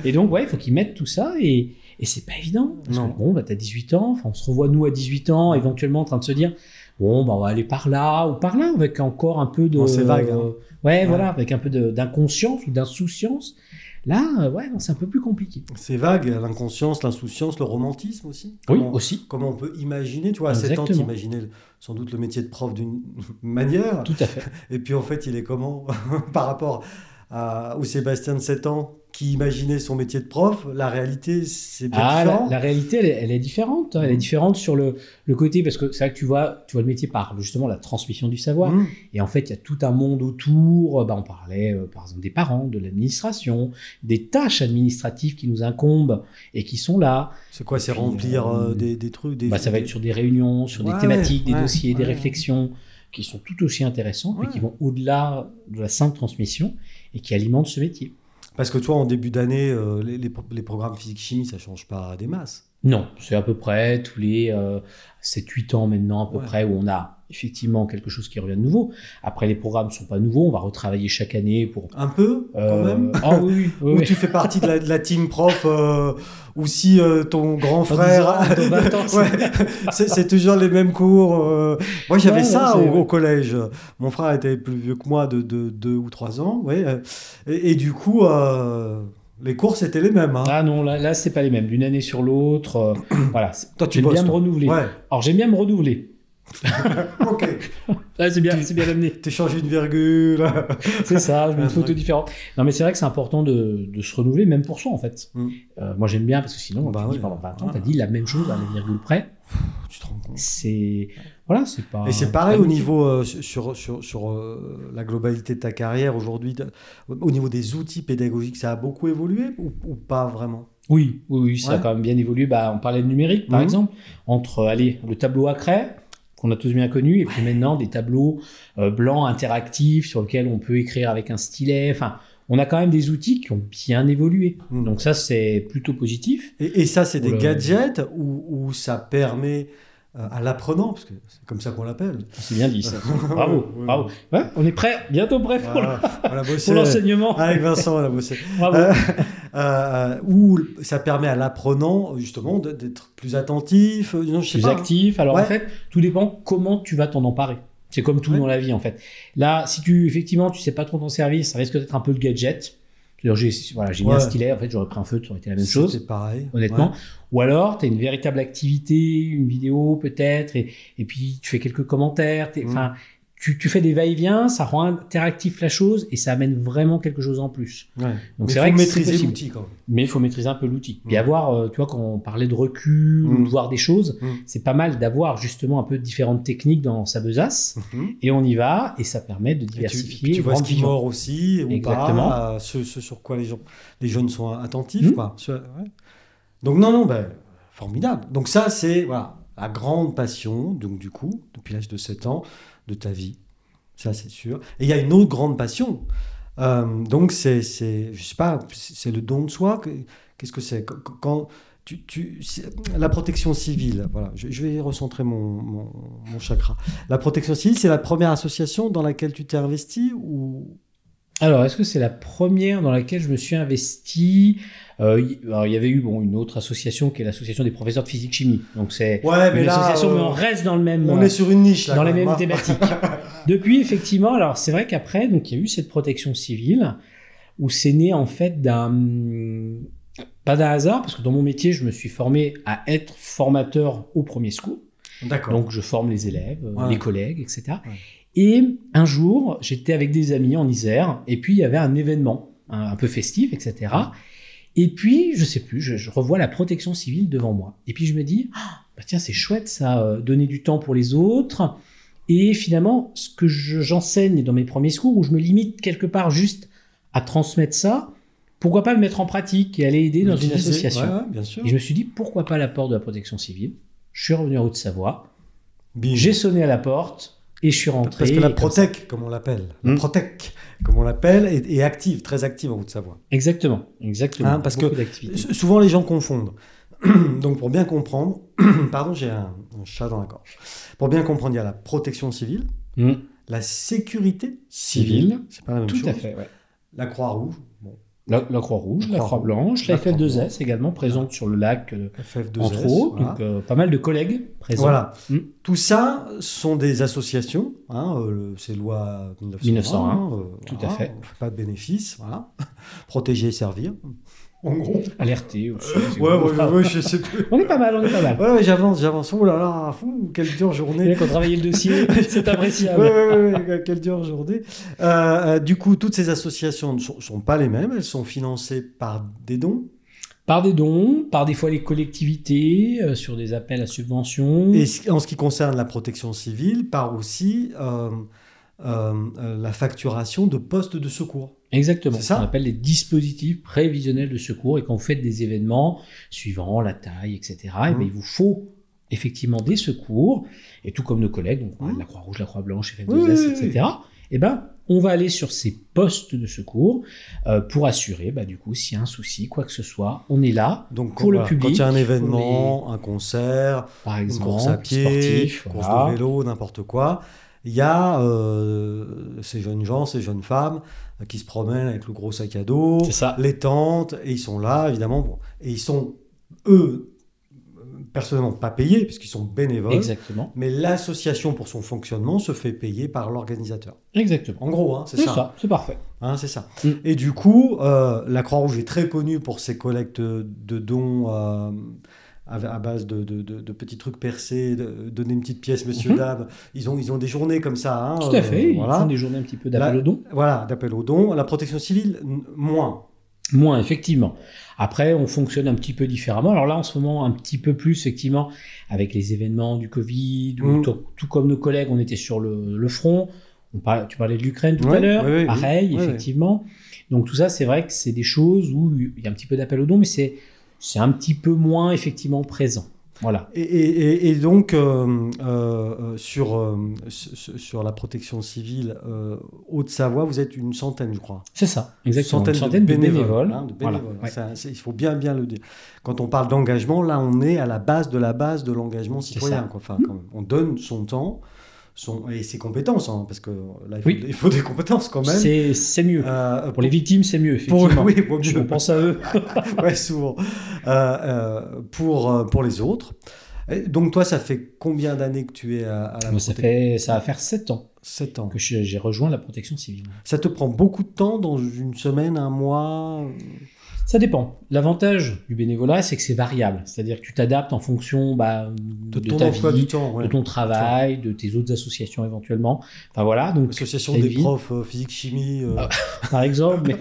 et donc, ouais, il faut qu'ils mettent tout ça et, et c'est pas évident. Parce Non. que bon, bah, t'as 18 ans, enfin, on se revoit nous à 18 ans, éventuellement en train de se dire, bon, bah, on va aller par là ou par là, avec encore un peu de. Non, c'est vague, hein. Ouais, voilà, avec un peu de- d'inconscience ou d'insouciance. Là, euh, ouais, non, c'est un peu plus compliqué. C'est vague, l'inconscience, l'insouciance, le romantisme aussi. Comment- aussi. Comment on peut imaginer, tu vois, à 7 ans, Exactement. t'imaginer le- sans doute le métier de prof d'une (laughs) manière, Tout à fait. et puis en fait, il est comment (laughs) par rapport à, au Sébastien de 7 ans qui imaginait son métier de prof La réalité, c'est bien Ah, la, différent. la réalité, elle, est- elle est différente. hein. Elle est différente sur le, le côté, parce que c'est vrai que tu vois, tu vois le métier par justement la transmission du savoir. Mmh. Et en fait, il y a tout un monde autour. Euh, Bah, on parlait, euh, par exemple, des parents, de l'administration, des tâches administratives qui nous incombent et qui sont là. C'est quoi C'est Puis, remplir euh, euh, des, des trucs des, Bah, ça va être sur des réunions, sur Ouais, des thématiques, des ouais, dossiers, des ouais. réflexions qui sont tout aussi intéressantes, mais Ouais. qui vont au-delà de la simple transmission et qui alimentent ce métier. Parce que toi, en début d'année, euh, les, les pro- les programmes physique-chimie, ça change pas des masses. Non, c'est à peu près tous les euh, 7-8 ans maintenant, à peu Ouais. près, où on a effectivement quelque chose qui revient de nouveau. Après, les programmes ne sont pas nouveaux, on va retravailler chaque année pour... Un peu, quand Euh, même Ah oui, oui, (laughs) oui, Ou oui. tu fais partie de la, de la team prof, euh, ou si euh, ton grand Dans frère. 10 ans, dans (laughs) 20 ans, c'est- Ouais, c'est c'est toujours les mêmes cours. euh. Moi, j'avais Ouais, ça ouais, c'est- au, au collège. Mon frère était plus vieux que moi de 2 ou 3 ans. Ouais. euh, Et, et du coup, euh, les cours, c'était les mêmes. hein. Ah non, là, là c'est pas les mêmes. D'une année sur (clears throat) l'autre, euh, voilà. c'est- Toi, tu J'aime bosses, bien me toi. renouveler. Ouais, Alors j'aime bien me renouveler. ok. Là, c'est bien, c'est bien amené. Tu changes une virgule. (laughs) C'est ça, je mets Ah, une c'est photo vrai. différente. Non, mais c'est vrai que c'est important de, de se renouveler, même pour soi, en fait. Mm. Euh, moi, j'aime bien parce que sinon, Bah tu dis ouais. pendant 20 ans, Ah. t'as dit la même chose à la virgule près. tu te rends compte. C'est. Voilà, c'est pas. Et c'est pareil pas- au niveau euh, sur, sur, sur euh, la globalité de ta carrière aujourd'hui, de- au niveau des outils pédagogiques, ça a beaucoup évolué ou, ou pas vraiment Oui, oui, oui, ça a Ouais. quand même bien évolué. Bah, on parlait de numérique, par Mhm. exemple, entre euh, allez, le tableau à craie, qu'on a tous bien connu, et puis maintenant des tableaux euh, blancs interactifs sur lesquels on peut écrire avec un stylet. Enfin, on a quand même des outils qui ont bien évolué. Mm. Donc ça, c'est plutôt positif. Et, et ça, c'est des Oula. gadgets où, où ça permet euh, à l'apprenant, parce que c'est comme ça qu'on l'appelle. C'est bien dit, ça. (laughs) Bravo, Ouais. bravo. Ouais, on est prêt, bientôt prêt pour le- (laughs) Voilà, on l'a bossé. pour l'enseignement. Avec Vincent, on l'a bossé. Bravo. Euh, euh, où ça permet à l'apprenant, justement, de- d'être plus attentif, euh, non, je sais plus pas. actif. Alors Ouais. en fait, tout dépend comment tu vas t'en emparer. C'est comme tout Ouais. dans la vie en fait. Là, si tu effectivement tu sais pas trop t'en servir, ça risque d'être un peu le gadget. C'est-à-dire, j'ai voilà, j'ai mis Ouais. un stylet, en fait j'aurais pris un feu, ça aurait été la même hein. C'était chose. pareil. Honnêtement. Ou alors, tu as une véritable activité, une vidéo peut-être, et, et puis tu fais quelques commentaires. t'es- Mm. Enfin, tu, tu fais des va-et-vient, ça rend interactif la chose et ça amène vraiment quelque chose en plus. Ouais. Ouais. Donc Mais c'est faut vrai que c'est maîtriser possible. l'outil quand même. Mais il faut maîtriser un peu l'outil. Mm. Et avoir, euh, tu vois, quand on parlait de recul Mm. ou de voir des choses, Mm. c'est pas mal d'avoir justement un peu différentes techniques dans sa besace. Mhm. Et on y va, et ça permet de Et tu, diversifier. puis tu vois ce rendre qui vivant. mord aussi ou Exactement. pas, euh, ce, ce sur quoi les, gens, les jeunes sont attentifs. Mhm. quoi. Ce- ouais. Donc non, non, ben, formidable. Donc ça, c'est voilà, la grande passion, donc du coup, depuis l'âge de 7 ans, de ta vie. Ça, c'est sûr. Et il y a une autre grande passion. Euh, donc c'est, c'est, je sais pas, c'est c'est le don de soi. que- Qu'est-ce que c'est Quand- quand tu, tu- c'est- la protection civile, voilà, je, je vais recentrer mon, mon, mon chakra. La protection civile, c'est la première association dans laquelle tu t'es investi ou Alors, est-ce que c'est la première dans laquelle je me suis investi Euh, y- alors, Il y avait eu bon, une autre association qui est l'association des professeurs de physique-chimie. Donc, c'est Ouais, une mais là, association, mais on euh, reste dans le même. on euh, est sur une niche. Là, dans quand les même, mêmes hein. thématiques. (laughs) Depuis, effectivement, alors c'est vrai qu'après, donc il y a eu cette protection civile où c'est né en fait d'un pas d'un hasard parce que dans mon métier, je me suis formé à être formateur au premier secours. D'accord. Donc je forme les élèves, euh, Ouais. les collègues, etc. Ouais. Et un jour, j'étais avec des amis en Isère et puis il y avait un événement un, un peu festif, etc. Et puis, je sais plus, je, je revois la protection civile devant moi. Et puis je me dis, Ah, bah tiens, c'est chouette ça, euh, donner du temps pour les autres. Et finalement, ce que je- j'enseigne dans mes premiers cours, où je me limite quelque part juste à transmettre ça, pourquoi pas le mettre en pratique et aller aider dans une L'utiliser, association ouais, ouais, bien sûr. Et je me suis dit, pourquoi pas l'apport de la protection civile Je suis revenu en Haute-Savoie, Bing. j'ai sonné à la porte et je suis rentré. Parce que la et comme Protec, comme, on l'appelle, la Hmm. Protec, comme on l'appelle, est, est active, très active en Haute-Savoie. Exactement, exactement. Hein, parce que- Beaucoup d'activités. S- Souvent, les gens confondent. (clears throat) Donc, pour bien comprendre, (clears throat) pardon, j'ai un, un chat dans la gorge. Pour bien comprendre, il y a la protection civile, Mm. la sécurité Civile, Hmm. civile, c'est pas la même Tout chose. à fait, ouais. La Croix-Rouge, bon, La, la Croix-Rouge, La la, Croix-Blanche, la Croix-Rouge. FF2S également présente sur le lac, euh, FF2S. entre autres. voilà. Donc, euh, pas mal de collègues présents. Voilà. Mm. Tout ça sont des associations. hein, euh, le- c'est loi 1901. 1901, hein, euh, tout voilà, à fait. on fait Pas de bénéfice. Voilà. (laughs) Protéger et servir. En gros. Alertés aussi. c'est Ouais, cool. ouais, ouais, ouais, je sais plus. On est pas mal, on est pas mal. Ouais, ouais, j'avance, j'avance. Oh là là, fou, quelle dure Les journée. mecs ont travaillé le dossier, (laughs) c'est Ouais, appréciable. ouais, ouais, ouais, quelle dure journée. Euh, euh, du coup, toutes ces associations ne sont, sont pas les mêmes. Elles sont financées par des dons. Par des dons, par des fois les collectivités, euh, sur des appels à subventions. Et ce- en ce qui concerne la protection civile, par aussi euh, euh, euh, la facturation de postes de secours. Exactement. C'est ça on appelle les dispositifs prévisionnels de secours. Et quand vous faites des événements, suivant la taille, etc., eh Mhm. bien, il vous faut effectivement des secours. Et tout comme nos collègues, donc on parle de la Croix-Rouge, la Croix-Blanche, FF2S, Mmh. Oui, oui, oui. etc., eh ben, on va aller sur ces postes de secours euh, pour assurer, bah, du coup, s'il y a un souci, quoi que ce soit, on est là, Donc Pour le quand il y a un public, événement, un concert, par une exemple, course à pied, sportif, course voilà. de vélo, n'importe quoi, il y a euh, ces jeunes gens, ces jeunes femmes euh, qui se promènent avec le gros sac à dos, C'est ça. les tentes, et ils sont là, évidemment, bon, et ils sont, eux, euh, personnellement pas payés, puisqu'ils sont bénévoles, Exactement. mais l'association pour son fonctionnement se fait payer par l'organisateur. Exactement. En gros, hein, c'est C'est ça. ça, c'est parfait. Hein, c'est ça. Mm. Et du coup, euh, la Croix-Rouge est très connue pour ses collectes de dons euh, à, à base de, de- de- de petits trucs percés, de- donner une petite pièce, monsieur, Mhm. dame. Ils ont, ils ont des journées comme ça. hein, Tout à euh, fait. Ils voilà, font des journées un petit peu d'appel Là- aux dons. voilà d'appel aux dons. La protection civile, n- moins. Moins, effectivement. Après, on fonctionne un petit peu différemment. Alors là, en ce moment, un petit peu plus, effectivement, avec les événements du Covid, ou Mm. tout, tout comme nos collègues, on était sur le, le front. On parlait, tu parlais de l'Ukraine tout à Ouais, l'heure, ouais, ouais, pareil, ouais, ouais. effectivement. Donc tout ça, c'est vrai que c'est des choses où il y a un petit peu d'appel au don, mais c'est c'est un petit peu moins, effectivement, présent. Voilà. Et, et- et- et donc, euh, euh, euh, sur, euh, sur sur la protection civile euh, Haute-Savoie, vous êtes une centaine, je crois. C'est ça, exactement. centaines Une centaine de bénévoles. hein, de Voilà. bénévoles. Ouais. Ça, c'est- il faut bien bien le dire. Quand on parle d'engagement, là, on est à la base de la base de l'engagement C'est citoyen. ça. quoi. Enfin, quand même, on donne son temps son, et ses compétences, hein, parce que là, il faut, Oui. il faut des compétences quand même. C'est c'est mieux. Euh, Pour les victimes, c'est mieux, pour, effectivement. oui, pour (laughs) On pense à eux. ouais, souvent. Euh, euh, pour, euh, pour les autres. Et donc, toi, ça fait combien d'années que tu es à, à la Moi, ça, fait, ça va faire sept ans 7 ans. que j'ai j'ai rejoint la protection civile. Ça te prend beaucoup de temps dans une semaine, un mois Ça dépend. L'avantage du bénévolat, c'est que c'est variable. C'est-à-dire que tu t'adaptes en fonction bah, de, de ton ta emploi vie, du temps. ouais. de ton travail, de tes autres associations éventuellement. Enfin voilà, donc Association ta des vie, profs euh, physique chimie. euh, Ah. par exemple, mais,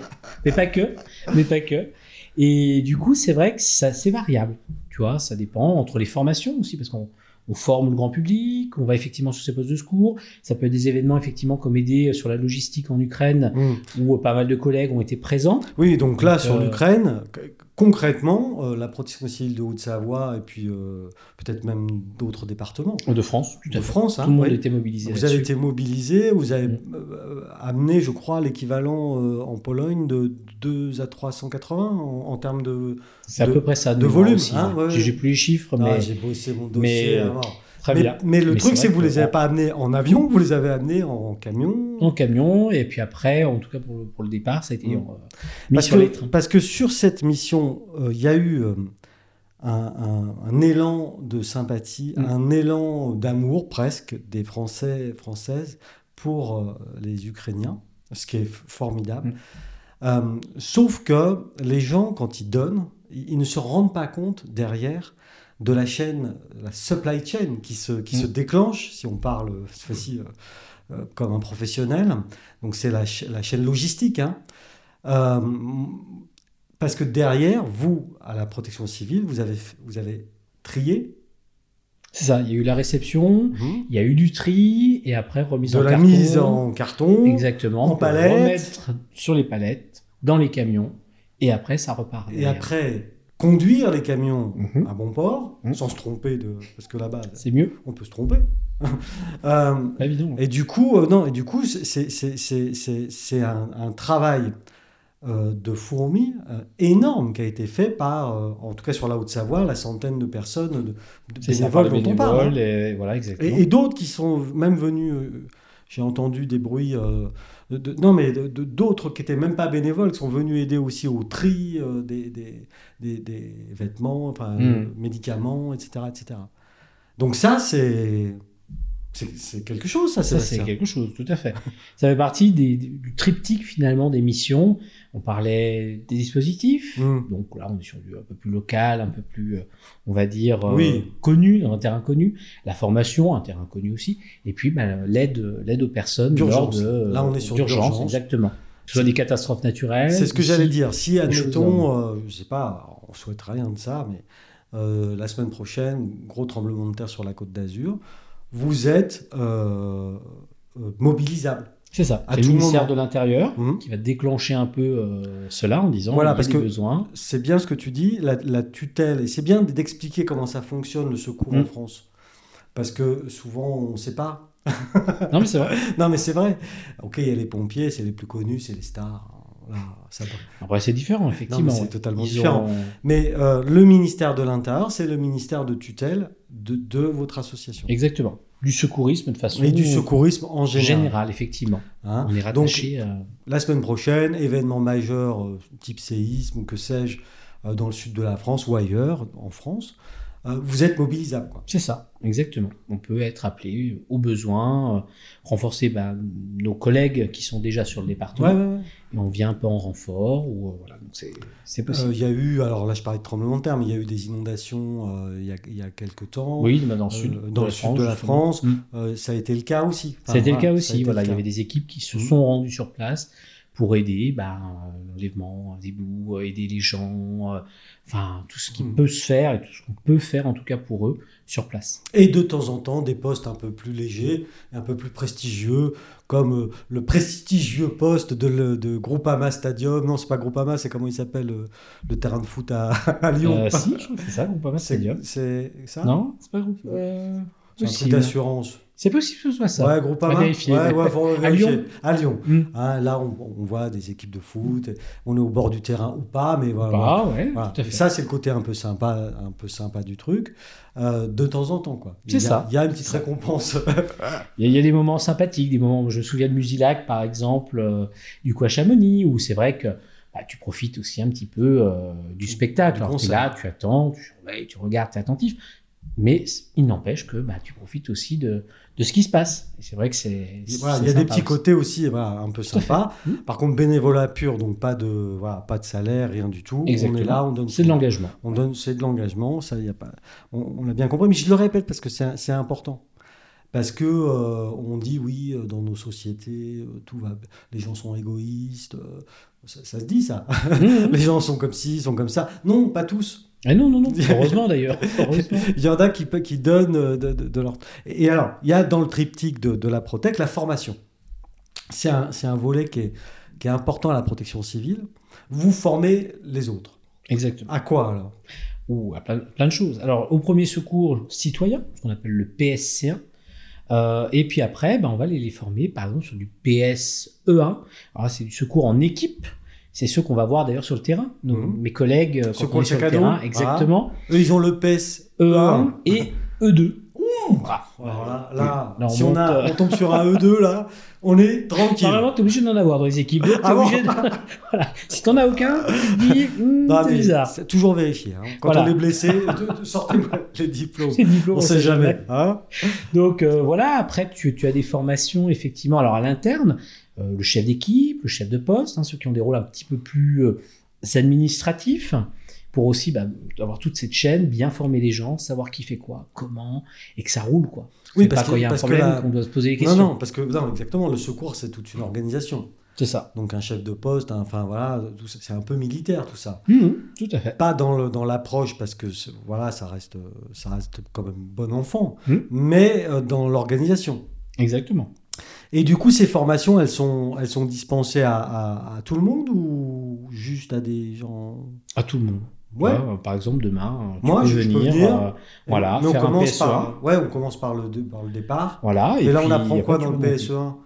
mais pas que, mais pas que. Et du coup, c'est vrai que ça c'est variable. Tu vois, ça dépend entre les formations aussi, parce qu'on on forme le grand public, on va effectivement sur ces postes de secours. Ça peut être des événements effectivement comme aider sur la logistique en Ukraine, Mm. où euh, pas mal de collègues ont été présents. Oui, donc là Donc, sur euh, l'Ukraine, c- concrètement, euh, la protection civile de Haute-Savoie et puis euh, peut-être même d'autres départements De France, tout de à fait. France. hein, Tout le monde oui. était mobilisé. Vous avez là-dessus. été mobilisés, vous avez Mm. euh, amené, je crois, l'équivalent euh, en Pologne de 2 à 380 en, en termes de. C'est à de- peu près ça. de nous, volume, aussi, hein, ouais. ouais, J'ai ouais. j'ai plus les chiffres, Ah, mais j'ai bossé mon dossier. mais, euh, alors. Très mais, bien. mais le Mais truc, c'est c'est que vrai vous que- les avez pas amenés en avion, vous les avez amenés en camion. En camion, et puis après, en tout cas pour le, pour le départ, ça a été Mm. euh, mis parce, sur que, les trains. parce que sur cette mission, euh, il y a eu euh, un, un- un élan de sympathie, Mm. un élan d'amour presque des Français françaises pour euh, les Ukrainiens, ce qui est f- formidable. Mm. Euh, sauf que les gens, quand ils donnent, ils ils ne se rendent pas compte derrière de la chaîne, la supply chain qui se, qui Mm. se déclenche, si on parle euh, cette fois-ci euh, euh, comme un professionnel. Donc c'est la, cha- la chaîne logistique. hein. Euh, parce que derrière, vous, à la protection civile, vous avez, f- vous avez trié C'est ça, il y a eu la réception, il y a eu du tri, et après remise de Mmh. en la carton. mise en carton. Exactement. en pour palette. Remettre sur les palettes, dans les camions, et après ça repart. Et derrière. après, conduire les camions Mhm. à bon port, Mhm. sans se tromper, de, parce que là-bas, C'est mieux, on peut se tromper. (laughs) Euh, pas évident. Et du coup, euh, non, et du coup, c'est- c'est- c'est- c'est c'est- c'est un, un travail euh, de fourmi euh, énorme qui a été fait par, euh, en tout cas sur la Haute-Savoie, la centaine de personnes, de, de C'est ça, bénévoles par les dont on parle. hein. bénévoles, et voilà, exactement. Et, et d'autres qui sont même venus, euh, j'ai entendu des bruits, euh, de, de- non mais de- de- d'autres qui n'étaient même pas bénévoles, qui sont venus aider aussi au tri euh, des, des, des- des vêtements, enfin, Mm. euh, médicaments, etc., etc. Donc ça, c'est... C'est c'est quelque chose, ça, Ça, c'est Sébastien. quelque chose, tout à fait. ça fait partie des- du triptyque, finalement, des missions. On parlait des dispositifs. Mm. Donc là, on est sur du un peu plus local, un peu plus, euh, on va dire, euh, Oui. connu, dans un terrain connu. La formation, un terrain connu aussi. Et puis, ben, l'aide l'aide aux personnes lors D'urgence. de euh, Là, on est sur d'urgence, d'urgence. exactement. Que ce soit des catastrophes naturelles. C'est ce que ou si- hein. j'allais dire. Si, choses admettons, euh, je sais pas, on souhaite rien de ça, mais euh, la semaine prochaine, gros tremblement de terre sur la côte d'Azur, vous êtes euh, euh, mobilisable. C'est ça. À C'est le tout ministère moment. de l'Intérieur Mhm. qui va déclencher un peu euh, cela en disant Voilà, il y a parce des que- besoins. C'est bien ce que tu dis, la, la tutelle, et c'est bien d'expliquer comment ça fonctionne le secours en Mm. France. Parce que souvent, on ne sait pas. (laughs) Non, mais c'est vrai. Non, mais c'est vrai. Ok, il y a les pompiers, c'est les plus connus, c'est les stars. Là, ça va. Après, c'est différent, effectivement. c'est totalement Ils ont- différent. Mais euh, le ministère de l'Intérieur, c'est le ministère de tutelle de, de votre association. Exactement. Du secourisme de façon Et du secourisme en général. générale, effectivement. hein. On est Donc, rattaché à- la semaine prochaine, événement majeur euh, type séisme ou que sais-je, euh, dans le sud de la France ou ailleurs, en France, euh, vous êtes mobilisable. quoi. C'est ça, exactement. On peut être appelé au besoin, euh, renforcer bah, nos collègues qui sont déjà sur le département. Ouais, ouais, ouais. Et on vient un peu en renfort. Ou, euh, voilà, donc c'est, c'est Euh, possible. Il y a eu, alors là je parlais de tremblement de terre, mais il y a eu des inondations euh, il y, a, il y a quelques temps. oui, bah, dans le euh, sud, dans le sud de la justement. France. Mm. Euh, ça a été le cas aussi. Enfin, C'était le cas ça a aussi. été Voilà, le il y cas. avait des équipes qui se Mhm. sont rendues sur place pour aider bah, euh, l'enlèvement des bouts, euh, aider les gens, euh, enfin tout ce qui Mhm. peut se faire et tout ce qu'on peut faire en tout cas pour eux sur place. Et de temps en temps, des postes un peu plus légers, un peu plus prestigieux, comme euh, le prestigieux poste de, le- de Groupama Stadium. Non, c'est pas Groupama, c'est comment il s'appelle euh, le terrain de foot à, (laughs) à Lyon. Euh, si, je crois que c'est ça, Groupama c'est Stadium. c'est ça Non, c'est pas groupe. C'est un euh, truc possible. d'assurance. C'est possible que ce soit ça. Ouais, Groupama. Faut vérifier. Ouais, ouais, faut À vérifier. Lyon. À Lyon. Mm. Hein, là, on, on voit des équipes de foot. On est au bord du terrain ou pas, mais voilà. Bah ouais, Voilà. tout à fait. Ça, c'est le côté un peu sympa, un peu sympa du truc, euh, de temps en temps, quoi. Il y a- C'est ça. Il y a une petite C'est ça. récompense. Il y, a- il y a des moments sympathiques, des moments, je me souviens de Musilac par exemple, euh, du coup à Chamonix, où c'est vrai que bah, tu profites aussi un petit peu euh, du spectacle. Du Alors, t'es concert. là, tu attends, tu surveilles, tu regardes, tu es attentif. Mais c- il n'empêche que bah, tu profites aussi de, de ce qui se passe. Et c'est vrai que c'est. Et voilà, c'est il y a des sympa petits aussi. côtés aussi voilà, un peu Tout à fait. sympa. Mhm. Par contre, bénévolat pur, donc pas de, voilà, pas de salaire, rien du tout. Exactement. On est là, on donne, C'est de (laughs) l'engagement. on donne, c'est de l'engagement. Ça, y a pas, on, on l'a bien compris. Mais je le répète parce que c'est, c'est important. Parce que euh, on dit oui, euh, dans nos sociétés, euh, tout va, les gens sont égoïstes. euh, ça, ça se dit ça. (laughs) Mmh, mmh. les gens sont comme ci, sont comme ça. Non, pas tous. Ah (laughs) non, non, non. Heureusement d'ailleurs. Heureusement. Il y en a qui, pe- qui donnent euh, de, de- de leur... Et alors, il y a dans le triptyque de, de la Protec la formation. C'est un, c'est un volet qui est, qui est important à la protection civile. Vous formez les autres. Exactement. À quoi alors ou à plein, plein de choses. Alors, au premier secours citoyen, ce qu'on appelle le PSC1, euh, et puis après, ben, on va les, les former, par exemple, sur du PSE1. Alors, là, c'est du secours en équipe. C'est ceux qu'on va voir d'ailleurs sur le terrain. Nos- Mhm. Mes collègues, euh, quand Secours on est sur de le cadeau. E terrain, exactement. E Eux, ils ont le PS E1 et E2. Ah, Alors là, ouais. là, Là, on si on, a- monte, euh. on tombe sur un E2, là, on est tranquille. Normalement, t'es obligé d'en avoir dans les équipes. Donc, t'es Ah bon obligé de- (laughs) voilà. Si t'en as aucun, tu te dis, hmm, (laughs) Non, c'est Bah, mais bizarre. c'est toujours vérifié. hein. Quand Voilà. on est blessé, (laughs) de- de- sortez-moi les diplômes. C'est le diplôme, On sait jamais. hein. Donc euh, voilà, après tu, tu as des formations effectivement. Alors à l'interne, euh, le chef d'équipe, le chef de poste, hein, ceux qui ont des rôles un petit peu plus euh, administratifs, pour aussi bah, avoir toute cette chaîne, bien former les gens, savoir qui fait quoi, comment, et que ça roule quoi. Oui, C'est parce pas que- quand il y a un parce que problème la- qu'on doit se poser des Non, questions. non, parce que non, exactement, le secours, c'est toute une organisation. C'est ça. Donc un chef de poste, un- enfin voilà, tout ça, c'est un peu militaire tout ça. Mhm, tout à fait. Pas dans le- dans l'approche parce que c'est- voilà, ça reste euh, ça reste quand même bon enfant, Hmm. mais euh, dans l'organisation. Exactement. Et du coup, ces formations, elles sont elles sont dispensées à, à- à tout le monde ou juste à des gens À tout le monde. Ouais. Euh, par exemple, demain, euh, tu Moi, peux je- je peux venir. venir. euh, voilà, Mais on faire un commence PSE1. par ouais, on commence par le dé- par le départ. Voilà. Et, là, on puis, apprend après, quoi tu dans le peux monter. PSE1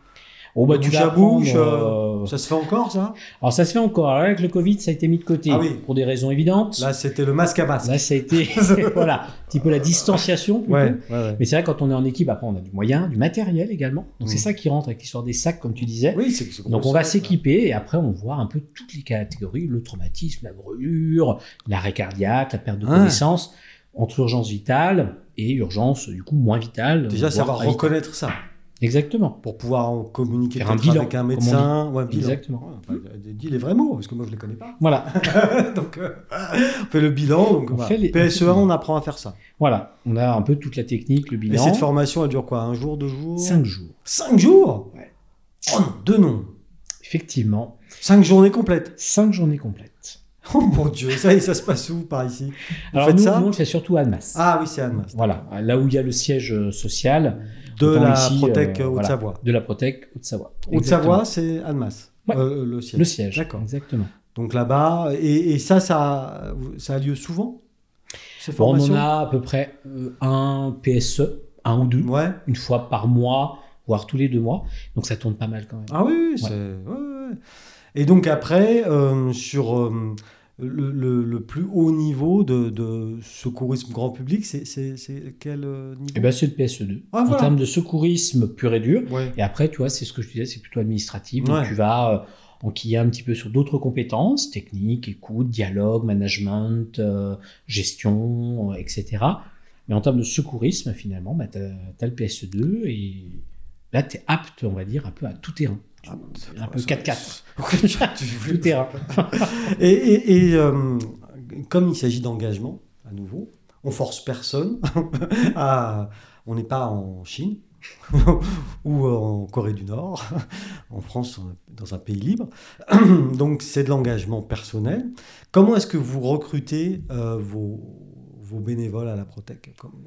Oh, bah, Le tu bouche vas à bouche, apprendre, euh, Ça se fait encore ça Alors ça se fait encore. Alors, avec le Covid, ça a été mis de côté Ah oui. pour des raisons évidentes. Là, Là, c'était le masque à masque. (laughs) ça a été (laughs) voilà, un petit peu la distanciation. plutôt. Ouais, ouais, ouais. Mais c'est vrai quand on est en équipe, après on a du moyen, du matériel également. Donc Mm. c'est ça qui rentre avec l'histoire des sacs, comme tu disais. Oui, c'est- c'est Donc gros, on va ça. s'équiper et après on voit un peu toutes les catégories, le traumatisme, la brûlure, l'arrêt cardiaque, la perte de Ouais. connaissance, entre urgence vitale et urgence du coup moins vitale. Déjà, voire savoir pas vitale. reconnaître ça Exactement. pour pouvoir en communiquer Faire un peut-être bilan, avec un comme on dit. médecin ou un bilan. Exactement. Ouais, enfin, dis les vrais mots, parce que moi je les connais pas. (laughs) Voilà. donc euh, on fait le bilan. Donc, On voilà. fait les- PSE1, on apprend à faire ça. Voilà. On a un peu toute la technique, le Et bilan. cette formation, elle dure quoi Un jour, deux jours Cinq jours. Cinq jours Ouais. Oh non, deux noms. Effectivement, Cinq journées complètes. (laughs) cinq journées complètes. Oh mon dieu, ça, et ça se passe où par ici Vous Alors faites nous, ça nous, on le fait surtout à Annemasse. Ah oui, c'est Anne. Voilà, là où il y a le siège euh, social De Autant la ici, euh, Protec euh, voilà. Haute-Savoie. de la Protec Haute-Savoie. Exactement. Haute-Savoie, c'est Annemasse. Ouais. Euh, le siège. Le siège. D'accord. Exactement. Donc là-bas, et, et ça, ça, ça a lieu souvent Ces Bon, on formations en a à peu près euh, un PSE, un ou deux, Ouais. une fois par mois, voire tous les deux mois. Donc ça tourne pas mal quand même. Ah oui, oui, c'est- ouais, ouais, ouais. Et donc après, euh, sur euh, le, le- le plus haut niveau de, de secourisme grand public, c'est- c'est c'est quel euh, niveau Et ben c'est le PSE2. Ah, en voilà. termes de secourisme pur et dur. Ouais. Et après, tu vois, c'est ce que je disais, c'est plutôt administratif. Ouais. Donc tu vas euh, enquiller un petit peu sur d'autres compétences, technique, écoute, dialogue, management, euh, gestion, euh, etc. Mais en termes de secourisme, finalement, bah, tu as, le PSE2 et là, tu es apte, on va dire, un peu à tout terrain. Ah, un peu ça- (laughs) 4-4. Tu- Tout terrain. Et, et- et, euh, comme il s'agit d'engagement, à nouveau, on force personne (laughs) à. On n'est pas en Chine (laughs) ou en Corée du Nord. (laughs) En France, on est dans un pays libre. (clears throat) Donc, c'est de l'engagement personnel. Comment est-ce que vous recrutez euh, vos, vos bénévoles à la Protec Comme- Bon,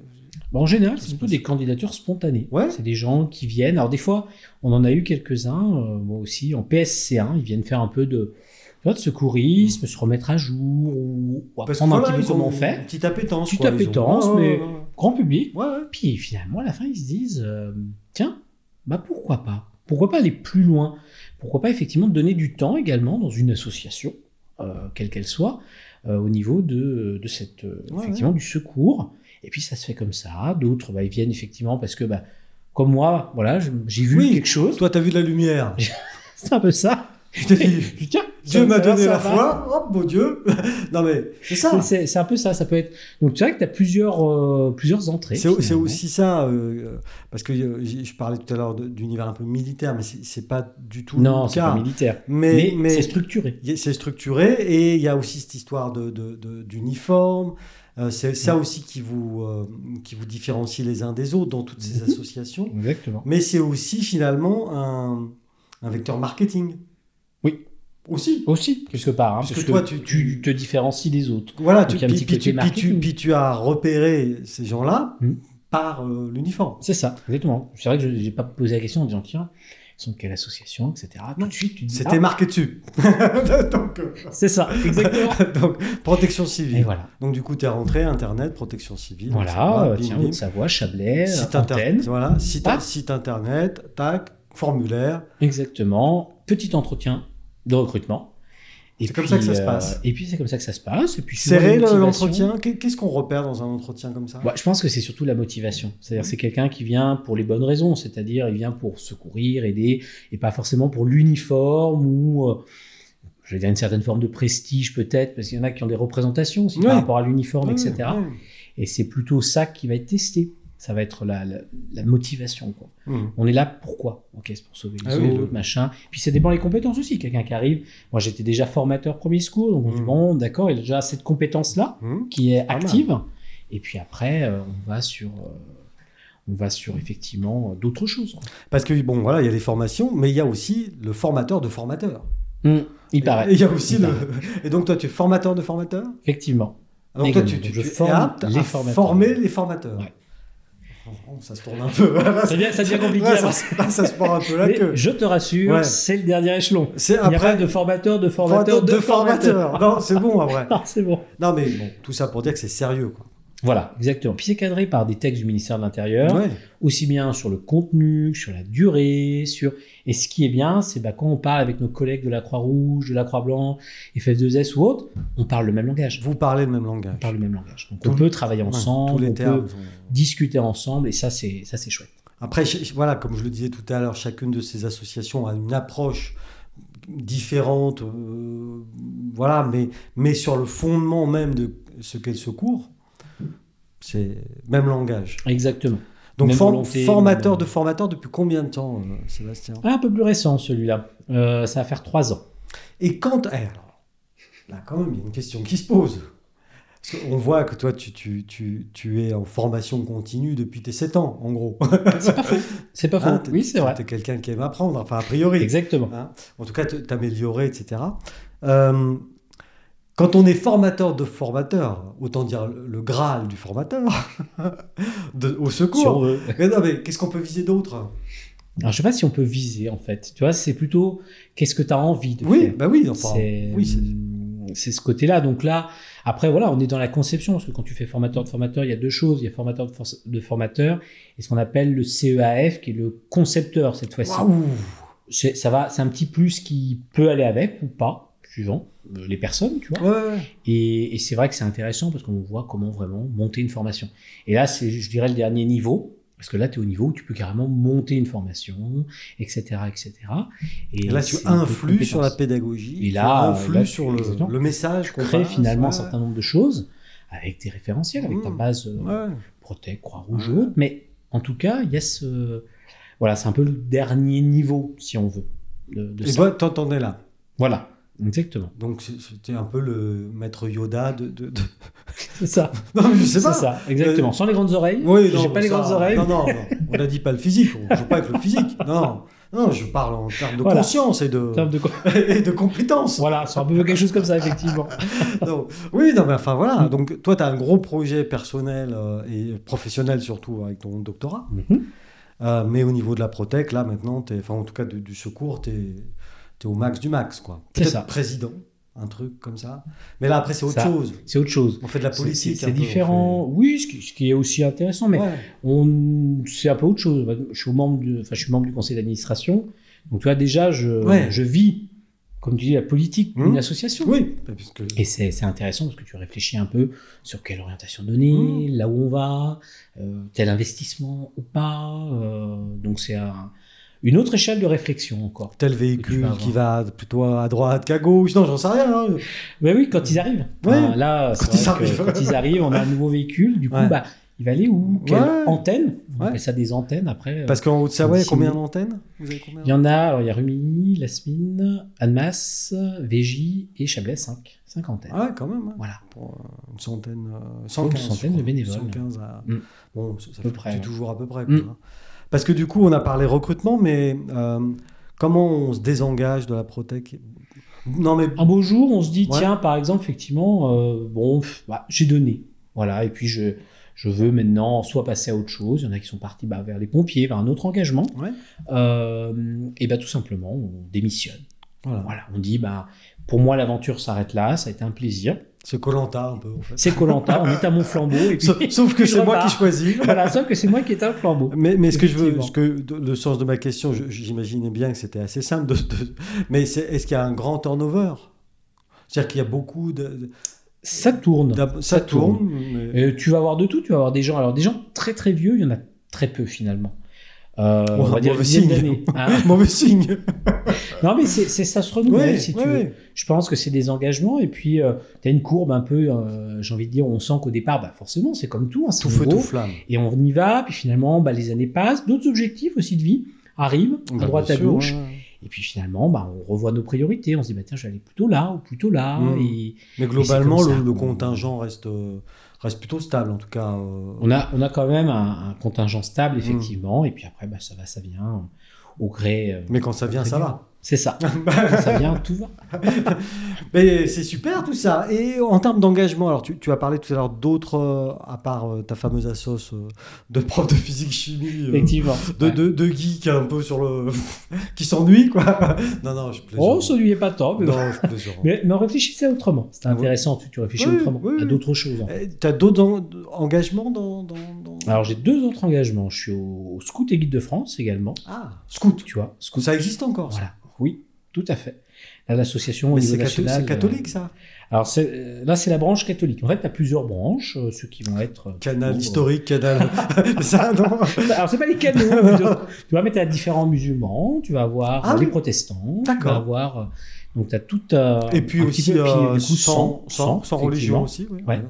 Bah, en général, c'est plutôt des candidatures spontanées. Ouais. C'est des gens qui viennent. Alors des fois, on en a eu quelques-uns, euh, moi aussi, en PSC1, ils viennent faire un peu de, tu vois, de secourisme, se remettre à jour ou, ou Mmh. Parce que apprendre un voilà, petit ils peu comment ont on fait. Une petite appétence. Petite quoi, ils ont. appétence, Ouais, ouais, mais- ouais. grand public. Ouais, ouais. Puis finalement, à la fin, ils se disent euh, tiens, bah pourquoi pas Pourquoi pas aller plus loin Pourquoi pas effectivement donner du temps également dans une association, euh, quelle qu'elle soit, euh, au niveau de, de cette euh, Ouais, effectivement du secours. Et puis ça se fait comme ça. D'autres, bah, ils viennent effectivement parce que bah, comme moi, voilà, je- j'ai vu Oui. quelque chose. (laughs) Toi, t'as vu de la lumière. C'est un peu ça. Tu t'es Et dit, je dis, tiens, Dieu ça- m'a ça va, donné ça la va. foi. Oh mon Dieu. (laughs) non mais c'est ça. C'est- C'est c'est un peu ça. Ça peut être. Donc tu vois que tu as plusieurs euh, plusieurs entrées. C'est c'est finalement. aussi ça, euh, parce que euh, j'ai- je parlais tout à l'heure de- d'univers un peu militaire, mais c'est c'est pas du tout non, le c'est cas. pas militaire, mais mais, mais c'est structuré. y a- c'est structuré et il y a aussi cette histoire de- de- de- d'uniforme. Euh, c'est Mm. ça aussi qui vous, euh, qui vous différencie les uns des autres dans toutes Mm-hmm. ces associations. Exactement. Mais c'est aussi finalement un, un vecteur marketing. Oui. Aussi. Aussi, quelque part. hein, Puisque parce toi, que tu- tu te différencies des autres. Voilà, Donc, tu, il y a un puis, petit puis côté tu, puis tu- marketing. puis tu as repéré ces gens-là Mm. par euh, l'uniforme. C'est ça, exactement. C'est vrai que je n'ai pas posé la question en disant, tiens, ils sont de quelle association, etc. Tout de suite, tu te dis, C'était marqué dessus. (laughs) Donc, euh, (laughs) ah, c'est ça, exactement. Donc, protection Et civile. voilà. Donc, du coup, tu es rentré, Internet, protection civile. Voilà, euh, etc. Bim, tiens, bim. Haute-Savoie, Chablais, Site, inter- Antenne. Ah. voilà, site, Tac. site Internet, tac, formulaire. Exactement. Petit entretien de recrutement. Et C'est comme puis, ça que ça se euh, passe. et puis c'est comme ça que ça se passe. Et puis suivant les Serrer le- motivations- l'entretien, qu'est- qu'est-ce qu'on repère dans un entretien comme ça Bah, je pense que c'est surtout la motivation. Mmh. C'est-à-dire c'est quelqu'un qui vient pour les bonnes raisons, c'est-à-dire il vient pour secourir, aider, et pas forcément pour l'uniforme ou, euh, je vais dire, une certaine forme de prestige peut-être, parce qu'il y en a qui ont des représentations aussi Ouais. par rapport à l'uniforme, Ouais, etc. ouais. Et c'est plutôt ça qui va être testé. Ça va être la, la, la motivation. Quoi. Mmh. On est là pourquoi Ok, c'est pour sauver les Ah oui, autres, le- machin. Puis ça dépend des compétences aussi. Quelqu'un qui arrive, moi j'étais déjà formateur premier secours, donc on dit Mm. bon, d'accord, il a déjà cette compétence-là Mmh. qui est Pas mal. active. Et puis après, euh, on va sur, euh, on va sur effectivement euh, d'autres choses. Parce que, bon, voilà, il y a les formations, mais il y a aussi le formateur de formateur. Il paraît. Et il y a aussi Il le... paraît. (laughs) Et donc, toi, tu es formateur de formateur Effectivement. Donc, toi, Également. tu, tu- Donc, je tu es forme apte les à formateurs. former les formateurs. Ouais. Oh, ça se tourne un peu. (laughs) Là, Ça devient, ça devient compliqué. là, à ça, avancer. là, ça se prend un peu là Mais que... je te rassure, Ouais. c'est le dernier échelon. C'est Il n'y a pas après... de formateur, de formateur, formateur de, de (laughs) formateur. formateur. Non, c'est bon, en vrai. Non, c'est bon. Non, mais bon, tout ça pour dire que c'est sérieux, quoi. Voilà, exactement. Puis c'est cadré par des textes du ministère de l'Intérieur, Ouais. aussi bien sur le contenu, que sur la durée, sur. Et ce qui est bien, c'est bah, quand on parle avec nos collègues de la Croix-Rouge, de la Croix-Blanche, FF2S ou autres, on parle le même langage. Vous parlez le même langage. on parle le même langage. Donc Tous on les- peut travailler Ouais, ensemble, tous les on termes peut sont- discuter ensemble, et ça c'est ça c'est chouette. Après, ch- ch- voilà, comme je le disais tout à l'heure, chacune de ces associations a une approche différente, euh, voilà, mais, mais sur le fondement même de ce qu'est le secours, c'est même langage. Exactement. Donc, Même for- volonté, formateur même- de formateur depuis combien de temps, euh, Sébastien Un peu plus récent celui-là. Euh, ça va (laughs) faire trois ans. Et quand. eh, alors, là, quand même, il y a une question qui se pose. Parce qu'on voit que toi, tu, tu, tu, tu es en formation continue depuis tes 7 ans, en gros. C'est pas faux. C'est pas faux. Hein, t'es- oui c'est vrai. (laughs) T'es quelqu'un qui aime apprendre, enfin, a priori. Exactement. en tout cas te- t'améliorer, etc. Euh, quand on est formateur de formateur, autant dire le, le Graal du formateur, (laughs) de- au Si on secours. veut. Mais non, mais qu'est-ce qu'on peut viser d'autre Alors je sais pas si on peut viser en fait. Tu vois, c'est plutôt qu'est-ce que tu as envie de Oui, faire. bah oui, enfin, c'est hum, oui, c'est- c'est ce côté-là. Donc là, après, voilà, on est dans la conception, parce que quand tu fais formateur de formateur, il y a deux choses. Il y a formateur de, for- de formateur et ce qu'on appelle le CEAF, qui est le concepteur cette fois-ci. Waouh C'est- ça va, c'est un petit plus qui peut aller avec ou pas, suivant euh, les personnes, tu vois. Ouais, ouais. Et, et c'est vrai que c'est intéressant parce qu'on voit comment vraiment monter une formation. Et là, c'est, je dirais, le dernier niveau. Parce que là, tu es au niveau où tu peux carrément monter une formation, etc. etc. Et là, tu c'est un peu de influes sur la compétence. pédagogie, Et là, tu euh, influes là, tu- sur le, exactement. le message Tu qu'on crées passe, finalement un ouais. certain nombre de choses avec tes référentiels, avec ta Mmh. base euh, Ouais. Protec, Croix-Rouge ou autre. Mais en tout cas, il y a ce. Voilà, c'est un peu le dernier niveau, si on veut, de, de Et ça. toi, t'entendais là. Voilà, exactement. Donc, c'est- c'était un peu le maître Yoda de. de- (laughs) de- C'est ça. Non, mais je sais C'est pas. ça, exactement. Euh, Sans les grandes oreilles. Oui, non, J'ai mais pas les ça, grandes oreilles. (laughs) Non, non, non. on n'a dit pas le physique, on ne joue pas avec le physique. Non, non, non, je parle en termes de Voilà. conscience et de, En termes de quoi- (laughs) (laughs) et de compétence. Voilà, c'est un peu quelque chose comme ça, (laughs) effectivement. Non. Oui, non, mais enfin voilà. Donc, toi, tu as un gros projet personnel euh, et professionnel, surtout avec ton doctorat. Mhm. Euh, mais au niveau de la Protec, là, maintenant, t'es- enfin, en tout cas, du, du secours, tu es, au max du max, quoi. C'est Peut-être ça. président, un truc comme ça. Mais là, après, c'est autre Ça. chose. C'est autre chose. On fait de la C'est- C'est politique. un c'est peu, on différent. Oui, ce qui, ce qui est aussi intéressant, fait- mais Ouais. on c'est un peu autre chose. Je suis membre du, enfin, je suis membre du conseil d'administration. Donc tu vois déjà, je, Ouais. je vis, comme tu dis, la politique d'une Mhm. association. Oui, parce que- Et c'est c'est intéressant parce que tu réfléchis un peu sur quelle orientation donner, Mhm. là où on va, euh, tel investissement ou pas. euh, donc c'est un- une autre échelle de réflexion encore. tel Que tu véhicule vas qui va plutôt à droite qu'à gauche. Non, j'en sais rien. hein. Ben oui, quand ils arrivent. Ouais. Hein, là, c'est Quand ils vrai que arrivent. quand ils arrivent, on a un nouveau véhicule. Du coup, Ouais. bah, il va aller où Quelle Ouais. antenne On Ouais. appelle ça des antennes après. euh, Parce qu'en Haute-Savoie, il y a D'ici- combien d'antennes Vous avez combien Il y en a, alors il y a Rumini, Lasmine, Annemasse, VJ et Chablais 5. 50 Ah ouais, quand même. hein. Voilà. Pour euh, une centaine, euh, 115, centaine je crois. de bénévoles. 115 à... Mm. Bon, ça, ça peu fait près, tu- ouais. toujours à peu près. Mm. quoi, hein. Parce que du coup, on a parlé recrutement, mais euh, comment on se désengage de la Protec Non, mais Un beau jour, on se dit, Ouais. tiens, par exemple, effectivement, euh, bon, pff, bah, j'ai donné. Voilà, et puis je, je veux maintenant soit passer à autre chose. Il y en a qui sont partis bah, vers les pompiers, vers un autre engagement. Ouais. Euh, et bien tout simplement, on démissionne. voilà. Voilà, on dit, bah, pour moi, l'aventure s'arrête là, ça a été un plaisir. C'est Colanta un peu. En (laughs) fait. C'est Colanta, on est à mon flambeau. (laughs) Et puis, Sauf, sauf que je c'est moi repars. qui choisis. voilà, sauf que c'est moi qui étais un flambeau. Mais, mais ce que je veux, Effectivement. ce que, de- le sens de ma question, je- j'imaginais bien que c'était assez simple, de- de- mais c'est- est-ce qu'il y a un grand turnover C'est-à-dire qu'il y a beaucoup de. Ça tourne. d'ab- Ça, tourne. mais- (laughs) Euh, tu vas avoir de tout, tu vas avoir des gens. Alors, des gens très très vieux, il y en a très peu finalement. Euh, on va dire une mauvais dizaine signe. d'années. Hein Mauvais signe. non, mais c'est c'est- ça se renouvelle Ouais, si tu ouais, veux. ouais. Je pense que c'est des engagements et puis tu as une courbe un peu, euh, j'ai envie de dire, on sent qu'au départ, bah, forcément, c'est comme tout, hein, c'est Tout feu, nouveau. tout flamme. Et on y va, puis finalement, bah, les années passent, d'autres objectifs aussi de vie arrivent, à Bah, droite, bien à sûr, gauche. ouais. Et puis finalement, bah, on revoit nos priorités, on se dit, bah, tiens, je vais aller plutôt là ou plutôt là. Mm. Et Mais globalement, Et c'est comme le, ça. le contingent reste, euh, reste plutôt stable, en tout cas. euh, on, a, on a quand même un, un contingent Mmh. stable, effectivement, et puis après, bah, ça va, ça vient, au gré. euh, Mais quand ça vient, Très ça bien. va. Bah, (laughs) C'est ça. Quand ça vient, tout va. Mais c'est super tout ça. Et en termes d'engagement, alors tu, tu as parlé tout à l'heure d'autres, euh, à part euh, ta fameuse assoce euh, de prof de physique-chimie, euh, Effectivement. de, de, de geek un peu sur le. (laughs) qui s'ennuie, quoi. (laughs) Non, non, je plaisante. Oh, celui est pas (laughs) top. Mais, Non, je plaisante. (laughs) mais, mais on réfléchissait autrement. C'était Ah oui. intéressant, tu, tu réfléchis Oui, autrement oui, à oui. d'autres choses. en fait. Eh, T'as d'autres en- engagements dans. dans, dans- Alors, j'ai deux autres engagements. Je suis au, au Scout et Guide de France également. Ah, scout. Tu vois, Scout. Ça existe encore, ça. Voilà. Oui, tout à fait. Là, l'association au Mais niveau c'est catho- national, c'est catholique, ça. euh, alors, c'est- euh, là, c'est la branche catholique. En fait, tu as plusieurs branches, euh, ceux qui vont être. euh, Canal pour- historique, (laughs) canal. ça, non Alors, c'est pas (laughs) les canaux. mais tu vois- tu vas mettre à différents musulmans, tu vas avoir Ah euh, les oui. protestants, tu D'accord. vas avoir. euh, Donc, tu as tout. euh, Et puis un aussi, petit peu, puis, euh, du coup, sans, sans, sans, religion effectivement. aussi. Oui. Ouais.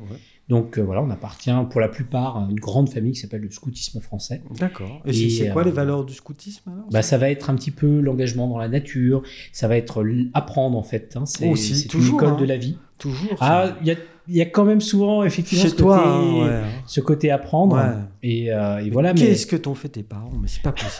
Donc, euh, voilà, on appartient pour la plupart à une grande famille qui s'appelle le scoutisme français. D'accord. Et, Et, c'est- c'est quoi euh, les valeurs du scoutisme alors Bah, ça va être un petit peu l'engagement dans la nature, ça va être l- apprendre en fait. hein, C'est Aussi, c'est toujours, une école hein. de la vie. Toujours. Ah, ça. il y a, il y a quand même souvent effectivement chez ce, toi. côté, hein, ouais, hein. ce côté apprendre. Ouais. Et, euh, et voilà, mais Qu'est-ce que t'ont fait tes parents Mais c'est pas possible.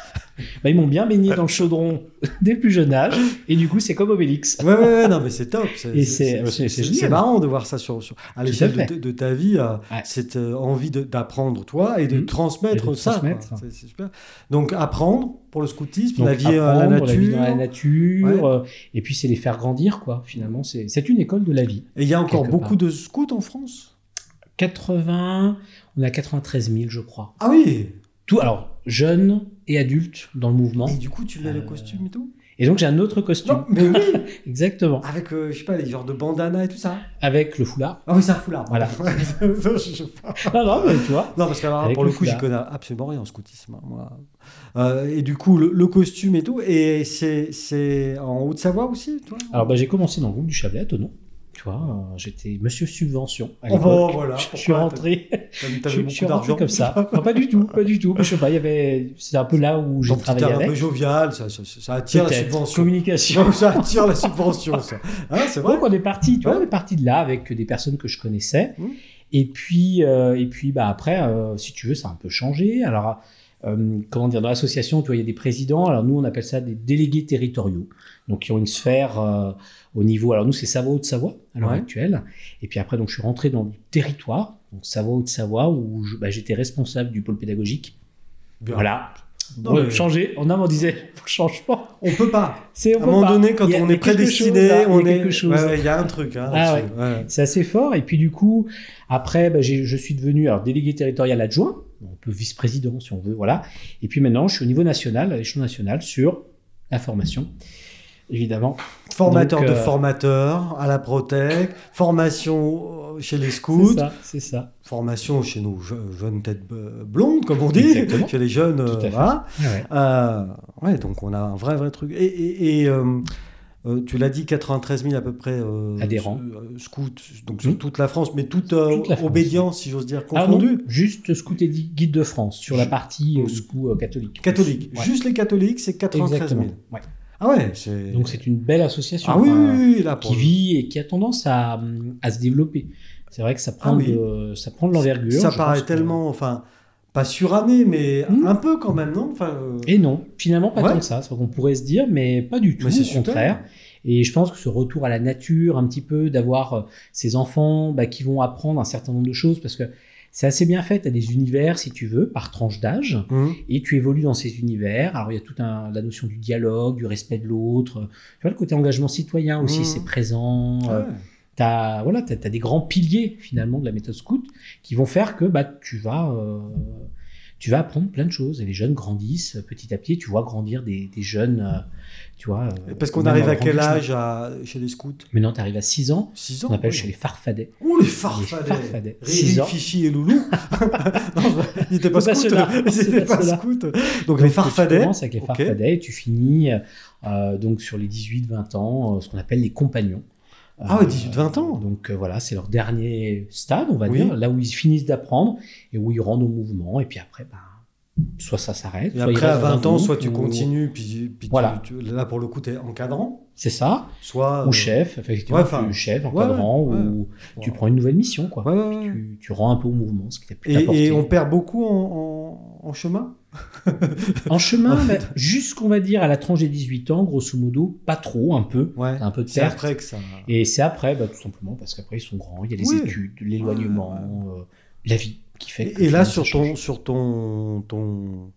bah, ils m'ont bien baigné dans le chaudron (laughs) dès le plus jeune âge. Et du coup, c'est comme Obélix. ouais, ouais, ouais, non, mais c'est top. c'est- Et C'est c'est- c'est- c'est- c'est génial. c'est marrant de voir ça sur, sur- à Tout l'échelle à de, fait. ta- de ta vie, euh, Ouais. cette euh, envie de- d'apprendre toi et de Mhm. transmettre Et de ça. quoi. transmettre. C'est c'est super. Donc apprendre pour le scoutisme, Donc, la vie à la apprendre nature. la vie dans la nature. Ouais. euh, et puis, c'est les faire grandir, quoi. Finalement, c'est c'est une école de la vie. Et il y a encore quelque beaucoup part. de scouts en France 80, on a 93 000, je crois. Ah oui Tout, alors, jeunes et adultes dans le mouvement. Et du coup, tu mets le Euh, costume et tout Et donc j'ai un autre costume, Non, mais oui exactement, Avec, euh, je sais pas, les genres de bandanas et tout ça. avec (laughs) le foulard. Ah oui, c'est un foulard. Voilà. non, (laughs) je- je- Non, non, mais tu vois. Ah non, parce que alors, Avec pour le, le coup, j'y foulard. connais absolument rien en scoutisme. hein, moi. Euh, et du coup, le, le costume et tout. Et c'est- c'est en Haute-Savoie aussi, toi Alors bah, j'ai commencé dans le groupe du Chablais à Tonon. Tu vois, euh, j'étais Monsieur Subvention à Oh, l'époque. bah, voilà. je je suis Pourquoi rentré, Comme je, t'avais je beaucoup suis d'argent. rentré comme ça. Non, pas du tout, pas du tout. Je sais pas, il y avait, c'était un peu là où j'ai Ton petit travaillé air un avec. peu jovial, ça, ça- ça attire la Peut-être. subvention. (laughs) Communication. ça attire la subvention, ça. Hein, c'est vrai Donc on est parti, tu vois, Ouais. on est parti de là avec des personnes que je connaissais. Mhm. Et puis, euh, et puis bah après, euh, si tu veux, ça a un peu changé. Alors, euh, comment dire, dans l'association, tu vois, il y a des présidents. Alors nous, on appelle ça des délégués territoriaux. Donc ils ont une sphère euh, au niveau. Alors nous, c'est Savoie de Savoie à l'heure Ouais. actuelle. Et puis après, donc je suis rentré dans le territoire, donc Savoie de Savoie, où je- bah, j'étais responsable du pôle pédagogique. Bien. Voilà. Non, Ouais, mais- Changer. En amont, on disait, (laughs) faut le changement. On peut pas. C'est on À un peut moment pas. donné, quand Il y a- on il y est a quelque prédestiné, chose là, on il y a est. quelque chose. Ouais, ouais, il y a un truc. Hein, Ah là-dessus, ouais. C'est assez fort. Et puis du coup, après, bah, j'ai- je suis devenu alors, délégué territorial adjoint, on peut vice-président si on veut, voilà. Et puis maintenant, je suis au niveau national, à l'échelon national, sur la formation, évidemment. Formateur Donc, de euh, formateurs à la Protec, formation euh, chez les C'est scouts, ça, c'est ça. formation chez nos je- jeunes têtes euh, blondes, comme on dit, Exactement. chez les jeunes. Tout euh, à fait. voilà. Ah Ouais. Euh, ouais, donc on a un vrai, vrai truc. Et, et- et, euh, euh, tu l'as dit, 93 000 à peu près euh, Adhérents. euh, scouts, donc sur Mhm. toute la France, mais toute, euh, Toute la France, obédience, si j'ose dire, Ah non, confondue. juste Scout et Di- Guide de France, sur la Ju- partie Mm. euh, scout euh, catholique. Catholiques, Ouais, juste les catholiques, c'est 93 000. Exactement. Ouais. Ah ouais, c'est. Donc c'est une belle association Ah oui, enfin, oui, oui, là, pour qui le- vit et qui a tendance à, hum, à se développer. C'est vrai que ça prend, Ah oui. de, ça prend de l'envergure. Ça je paraît pense que- tellement, enfin, pas suranné, mais Mm. un peu quand même, non enfin, euh, Et non, finalement pas Ouais. tant que ça. On pourrait se dire, mais pas du tout. Mais c'est au super. contraire. Et je pense que ce retour à la nature, un petit peu, d'avoir euh, ces enfants bah, qui vont apprendre un certain nombre de choses, parce que c'est assez bien fait. Tu as des univers, si tu veux, par tranche d'âge, Mm. et tu évolues dans ces univers. Alors il y a toute un- la notion du dialogue, du respect de l'autre. Tu vois, le côté engagement citoyen aussi, Mhm. c'est présent. Ouais. Euh, T'as voilà, t'as, t'as des grands piliers finalement de la méthode scout qui vont faire que bah tu vas euh, tu vas apprendre plein de choses. Et les jeunes grandissent euh, petit à petit. Tu vois grandir des, des jeunes, euh, tu vois. euh, Parce qu'on même arrive en à quel grandissant. âge à- chez les scouts Maintenant, tu arrives à 6 ans. 6 ans On appelle oui. chez les farfadets. Ouh, les Les farfadets farfadets. Riri, Six ans. Fifi et (laughs) Loulou (laughs) Non, Ils n'étaient pas C'est pas scouts. ceux-là. Ils C'est n'étaient pas pas ceux-là. scouts. Donc les Tu farfadets commences avec les ok. farfadets et tu finis euh, donc sur les 18-20 ans, euh, ce qu'on appelle les compagnons. Ah ouais, 18-20 ans. Donc euh, voilà, c'est leur dernier stade, on va Oui. dire, là où ils finissent d'apprendre et où ils rendent au mouvement. Et puis après, ben, soit ça s'arrête. Et soit ils après, à restent dans un 20 ans, soit groupe, tu ou- continues, puis, puis tu- Voilà. tu- là, pour le coup, tu es encadrant, C'est ça. soit... Ou euh, chef, effectivement, ouais, enfin, tu chef, ouais, encadrant, ouais, ou tu ouais. prends une nouvelle mission, quoi. Ouais, ouais, ouais. Tu, tu rends un peu au mouvement ce qui t'a pu Et, et t'apporter. on perd beaucoup en, en- en chemin (laughs) En chemin, ben, jusqu'on va dire à la tranche des 18 ans, grosso modo, pas trop, un peu. Ouais. T'as un peu de C'est perte. après que ça... Et c'est après, bah, tout simplement, parce qu'après, ils sont grands, il y a les Oui. études, l'éloignement, euh, la vie qui fait que Et, et là, ça sur ton, change. sur ton, ton,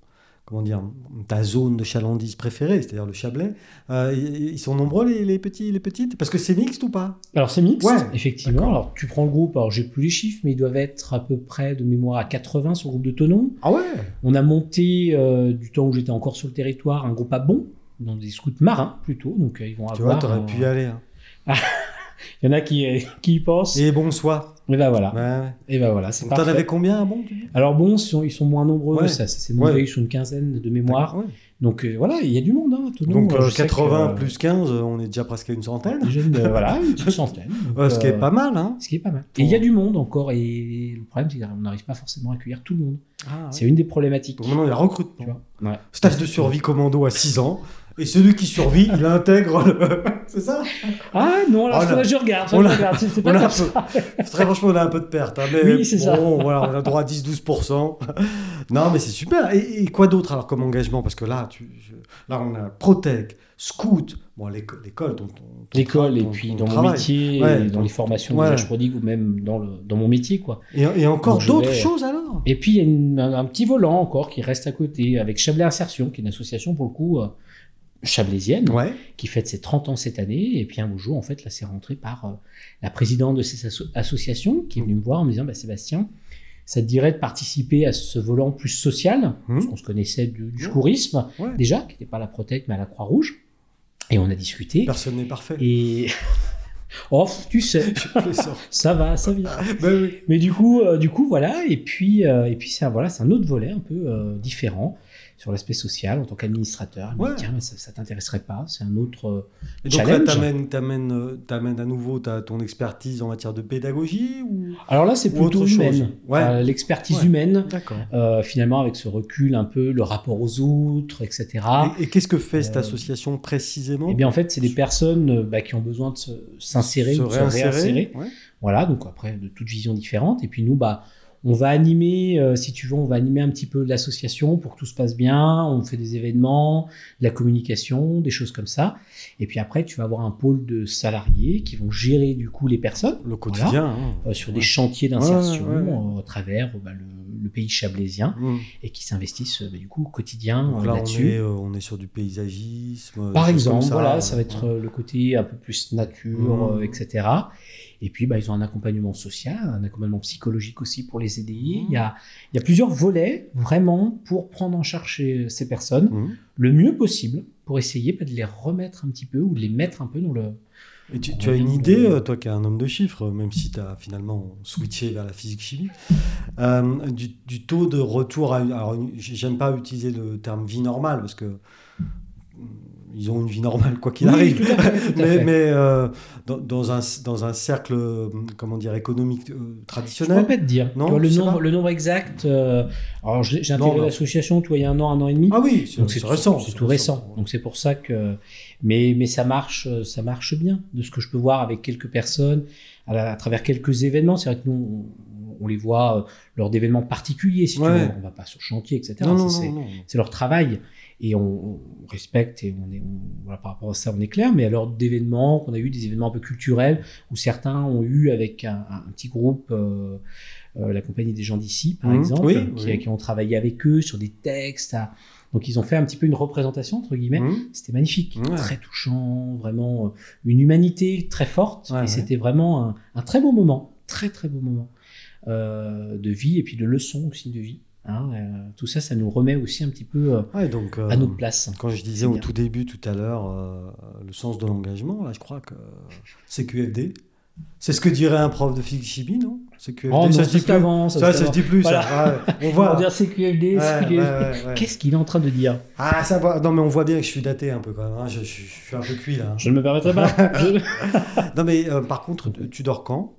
comment dire, ta zone de chalandise préférée, c'est-à-dire le Chablais, euh, ils ils sont nombreux les, les petits, les petites, parce que c'est mixte ou pas Alors, c'est mixte, Ouais, effectivement. d'accord. Alors, tu prends le groupe, alors j'ai plus les chiffres, mais ils doivent être à peu près de mémoire à 80 sur le groupe de Tonon. Ah ouais On a monté, euh, du temps où j'étais encore sur le territoire, un groupe à bon, dans des scouts marins plutôt. Donc, euh, ils vont Tu vois, avoir. t'aurais euh, pu y aller. hein. Il y en a qui, euh, (laughs) qui y pensent. Et, Et bon soir. ben voilà. Ouais, ouais. Et ben voilà, c'est Donc, T'en parfait. avais combien bon tu dis Alors, bon, ils sont, ils sont moins nombreux, Ouais. ça, ça c'est monté Ouais. sur une quinzaine de mémoire. Ouais. Donc, euh, voilà, il y a du monde, hein, Thonon. Donc Euh, euh, je sais que, 80 euh, plus 15, euh, on est déjà presque à une centaine. Des jeunes de- voilà, (laughs) une petite centaine. Donc, Euh, ce qui euh, est pas mal, hein Ce qui est pas mal. Et il y a du monde encore, et le problème, c'est qu'on n'arrive pas forcément à accueillir tout le monde. C'est une des problématiques. Ah Donc maintenant, il y a recrutement. Tu vois. Ouais. Stage de survie commando à 6 ans. Et celui qui survit, il intègre le... (laughs) C'est ça Ah non, alors Oh là. faudrait que je regarde, faudrait On que a- je regarde, c'est- c'est on pas a comme un peu- ça. Très franchement, on a un peu de perte. hein, mais Oui, c'est bon, ça. voilà, on a droit à 10-12%. (laughs) non, mais c'est super. Et, et quoi d'autre alors comme engagement Parce que là, tu, je- là on a Protec, Scout, bon, l'éco- l'école, ton, ton- ton L'école, tra- et ton- puis ton dans mon travail. métier, Ouais, et ton- dans les formations ouais. que je prodigue, ou même dans, le, dans mon métier, quoi. Et, et encore Donc, je d'autres vais- choses alors Et puis, il y a une- un, un petit volant encore qui reste à côté, avec Chablais Insertion, qui est une association, pour le coup, euh, chablaisienne, Ouais. qui fête ses 30 ans cette année. Et puis un beau jour, en fait, là, c'est rentré par euh, la présidente de cette asso- association qui est venue me voir en me disant bah, Sébastien, ça te dirait de participer à ce volant plus social Hmm. Parce qu'on se connaissait du, du Ouais. secourisme, Ouais. déjà, qui n'était pas à la Protec, mais à la Croix-Rouge. Et on a discuté. Personne n'est parfait. (laughs) Et. (laughs) Oh, tu sais, Je les (laughs) sors. ça va, ça vient. Ben oui. Mais du coup, euh, du coup, voilà. Et puis, euh, et puis, c'est un, voilà, c'est un autre volet un peu euh, différent sur l'aspect social en tant qu'administrateur. Elle me dit, Ouais. Tiens, mais ça, ça t'intéresserait pas C'est un autre. euh, Et donc là, Challenge. t'amènes, t'amènes, euh, t'amènes à nouveau ta, ton expertise en matière de pédagogie ou... Alors là, c'est Ou plutôt autre chose. humaine. Ouais. Enfin, L'expertise Ouais. humaine, D'accord. euh, finalement, avec ce recul un peu, le rapport aux autres, etc. Et, et qu'est-ce que fait cette Euh, association précisément Et bien, en fait, c'est des personnes euh, bah, qui ont besoin de se- s'insérer, Se ou de se réinsérer, réinsérer. ouais. Voilà, donc après, de toutes visions différentes. Et puis nous, bah, on va animer, euh, si tu veux, on va animer un petit peu l'association pour que tout se passe bien. On fait des événements, de la communication, des choses comme ça. Et puis après, tu vas avoir un pôle de salariés qui vont gérer du coup les personnes. Le quotidien. hein. euh, sur des Ouais. chantiers d'insertion Ouais, ouais, ouais, ouais. euh, à travers euh, bah, le, le pays chablaisien Mm. et qui s'investissent euh, bah, du coup au quotidien Donc euh, là, on là-dessus. est, euh, on est sur du paysagisme. euh, Par des choses exemple, comme voilà, ça va être euh, le côté un peu plus nature, Mhm. euh, etc. Et puis, bah, ils ont un accompagnement social, un accompagnement psychologique aussi pour les aider. Mmh. Il, y a, il y a plusieurs volets vraiment pour prendre en charge chez- ces personnes Mhm. le mieux possible pour essayer bah, de les remettre un petit peu ou de les mettre un peu dans le. Et tu, On tu as va une dire idée, que- euh, toi qui es un homme de chiffres, même si tu as finalement switché vers la physique chimie, euh, du, du taux de retour à. Alors, une- j'aime pas utiliser le terme vie normale parce que. mm, Ils ont une vie normale, quoi qu'il Oui, arrive. tout à fait, tout à (laughs) mais fait. mais, euh, dans, dans un, dans un cercle, euh, comment dire, économique euh, Je ne traditionnel. pourrais pas te dire. Non, Tu vois, le, je sais nombre, pas. le nombre exact. euh, alors, je l'ai- j'ai Non, intégré non. l'association, tu vois, il y a un an, un an et demi. Ah oui, c'est Donc c'est c'est récent. C'est tout récent. Donc c'est pour ça que. Mais, mais ça, marche, euh, ça marche bien, de ce que je peux voir avec quelques personnes, à, la- à travers quelques événements. C'est vrai que nous, on, on les voit euh, lors d'événements particuliers, si Ouais. tu veux. On va pas sur chantier, etc. Non, non, Ça, c'est- non, non. c'est leur travail. Et on, on respecte et on est, on- voilà, par rapport à ça, on est clair. Mais alors d'événements, qu'on a eu des événements un peu culturels, où certains ont eu avec un, un petit groupe, euh, euh, la compagnie des gens d'ici, par Mhm. exemple, Oui, qui, oui. qui ont travaillé avec eux sur des textes. à- Donc ils ont fait un petit peu une représentation, entre guillemets. Hum, C'était magnifique, Ouais. très touchant, vraiment euh, une humanité très forte. Ouais, et ouais. c'était vraiment un, un très beau moment, très très beau moment euh, de vie et puis de leçons aussi de vie. Hein, euh, tout ça, ça nous remet aussi un petit peu euh, Ouais, donc, euh, à notre place. Quand je C'est disais au bien. tout début, tout à l'heure, euh, le sens de l'engagement, là, je crois que c'est QFD. C'est ce que dirait un prof de physique chimie, non C'est QFD, Oh non, ça ça, se dit c'était plus. avant, ça, Ça, c'était ça se dit plus, ça. (laughs) Ouais, on avant. On va voit. dire CQFD, Ouais, CQFD. ouais, ouais, ouais. (laughs) Qu'est-ce qu'il est en train de dire Ah, ça va. Non, mais on voit bien que je suis daté un peu quand même. hein. Je, je- je suis un peu cuit là. hein. Je ne me permettrai (laughs) pas. Je- Non, mais euh, par contre, tu tu dors quand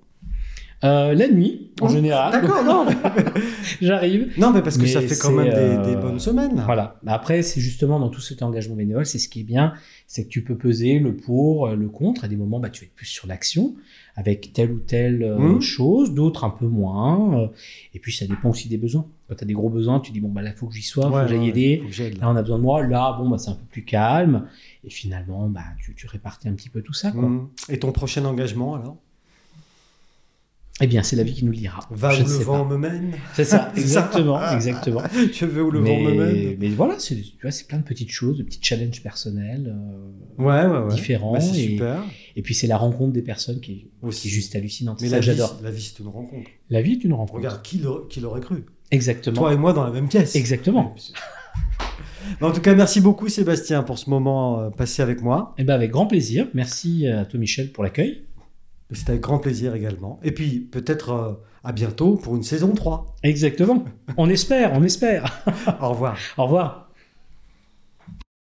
Euh, la nuit, en Oh, général, D'accord, non. mais- (laughs) j'arrive. Non, mais parce que Mais ça fait quand c'est, même euh, des, des bonnes semaines. Là. Voilà. Bah, Après, c'est justement dans tout cet engagement bénévole, c'est ce qui est bien, c'est que tu peux peser le pour, euh, le contre. À des moments, bah, tu vas être plus sur l'action avec telle ou telle euh, Mhm. chose, d'autres un peu moins. euh, Et puis, ça dépend aussi des besoins. Quand tu as des gros besoins, tu dis, bon, bah, là, faut que j'y sois, faut Ouais, que j'aille ouais, aider. Ah, faut que j'aide, là. Là, on a besoin de moi. Là, bon, bah, c'est un peu plus calme. Et finalement, bah, tu, tu répartis un petit peu tout ça. Quoi. Mhm. Et ton prochain engagement alors Eh bien, c'est la vie qui nous le dira. Va Je où ne le sais vent pas. me mène (laughs) C'est ça, C'est ça. exactement, exactement. Je vais où le vent me mène mais voilà, c'est tu vois, c'est plein de petites choses, de petits challenges personnels euh, Ouais, ouais, ouais. différents. Bah, c'est et, super. et puis c'est la rencontre des personnes qui, est- qui Aussi. est juste hallucinante. Mais ça, la vie, j'adore. la vie, c'est une rencontre. La vie est une rencontre. Regarde, qui l'aurait qui l'aurait cru Exactement. Toi et moi dans la même pièce. Exactement. (laughs) Mais en tout cas, merci beaucoup Sébastien pour ce moment euh, passé avec moi. Et ben avec grand plaisir. Merci à toi, Michel, pour l'accueil. C'était avec grand plaisir également. Et puis peut-être euh, à bientôt pour une saison 3. Exactement. On espère, on espère. Au revoir. Au revoir.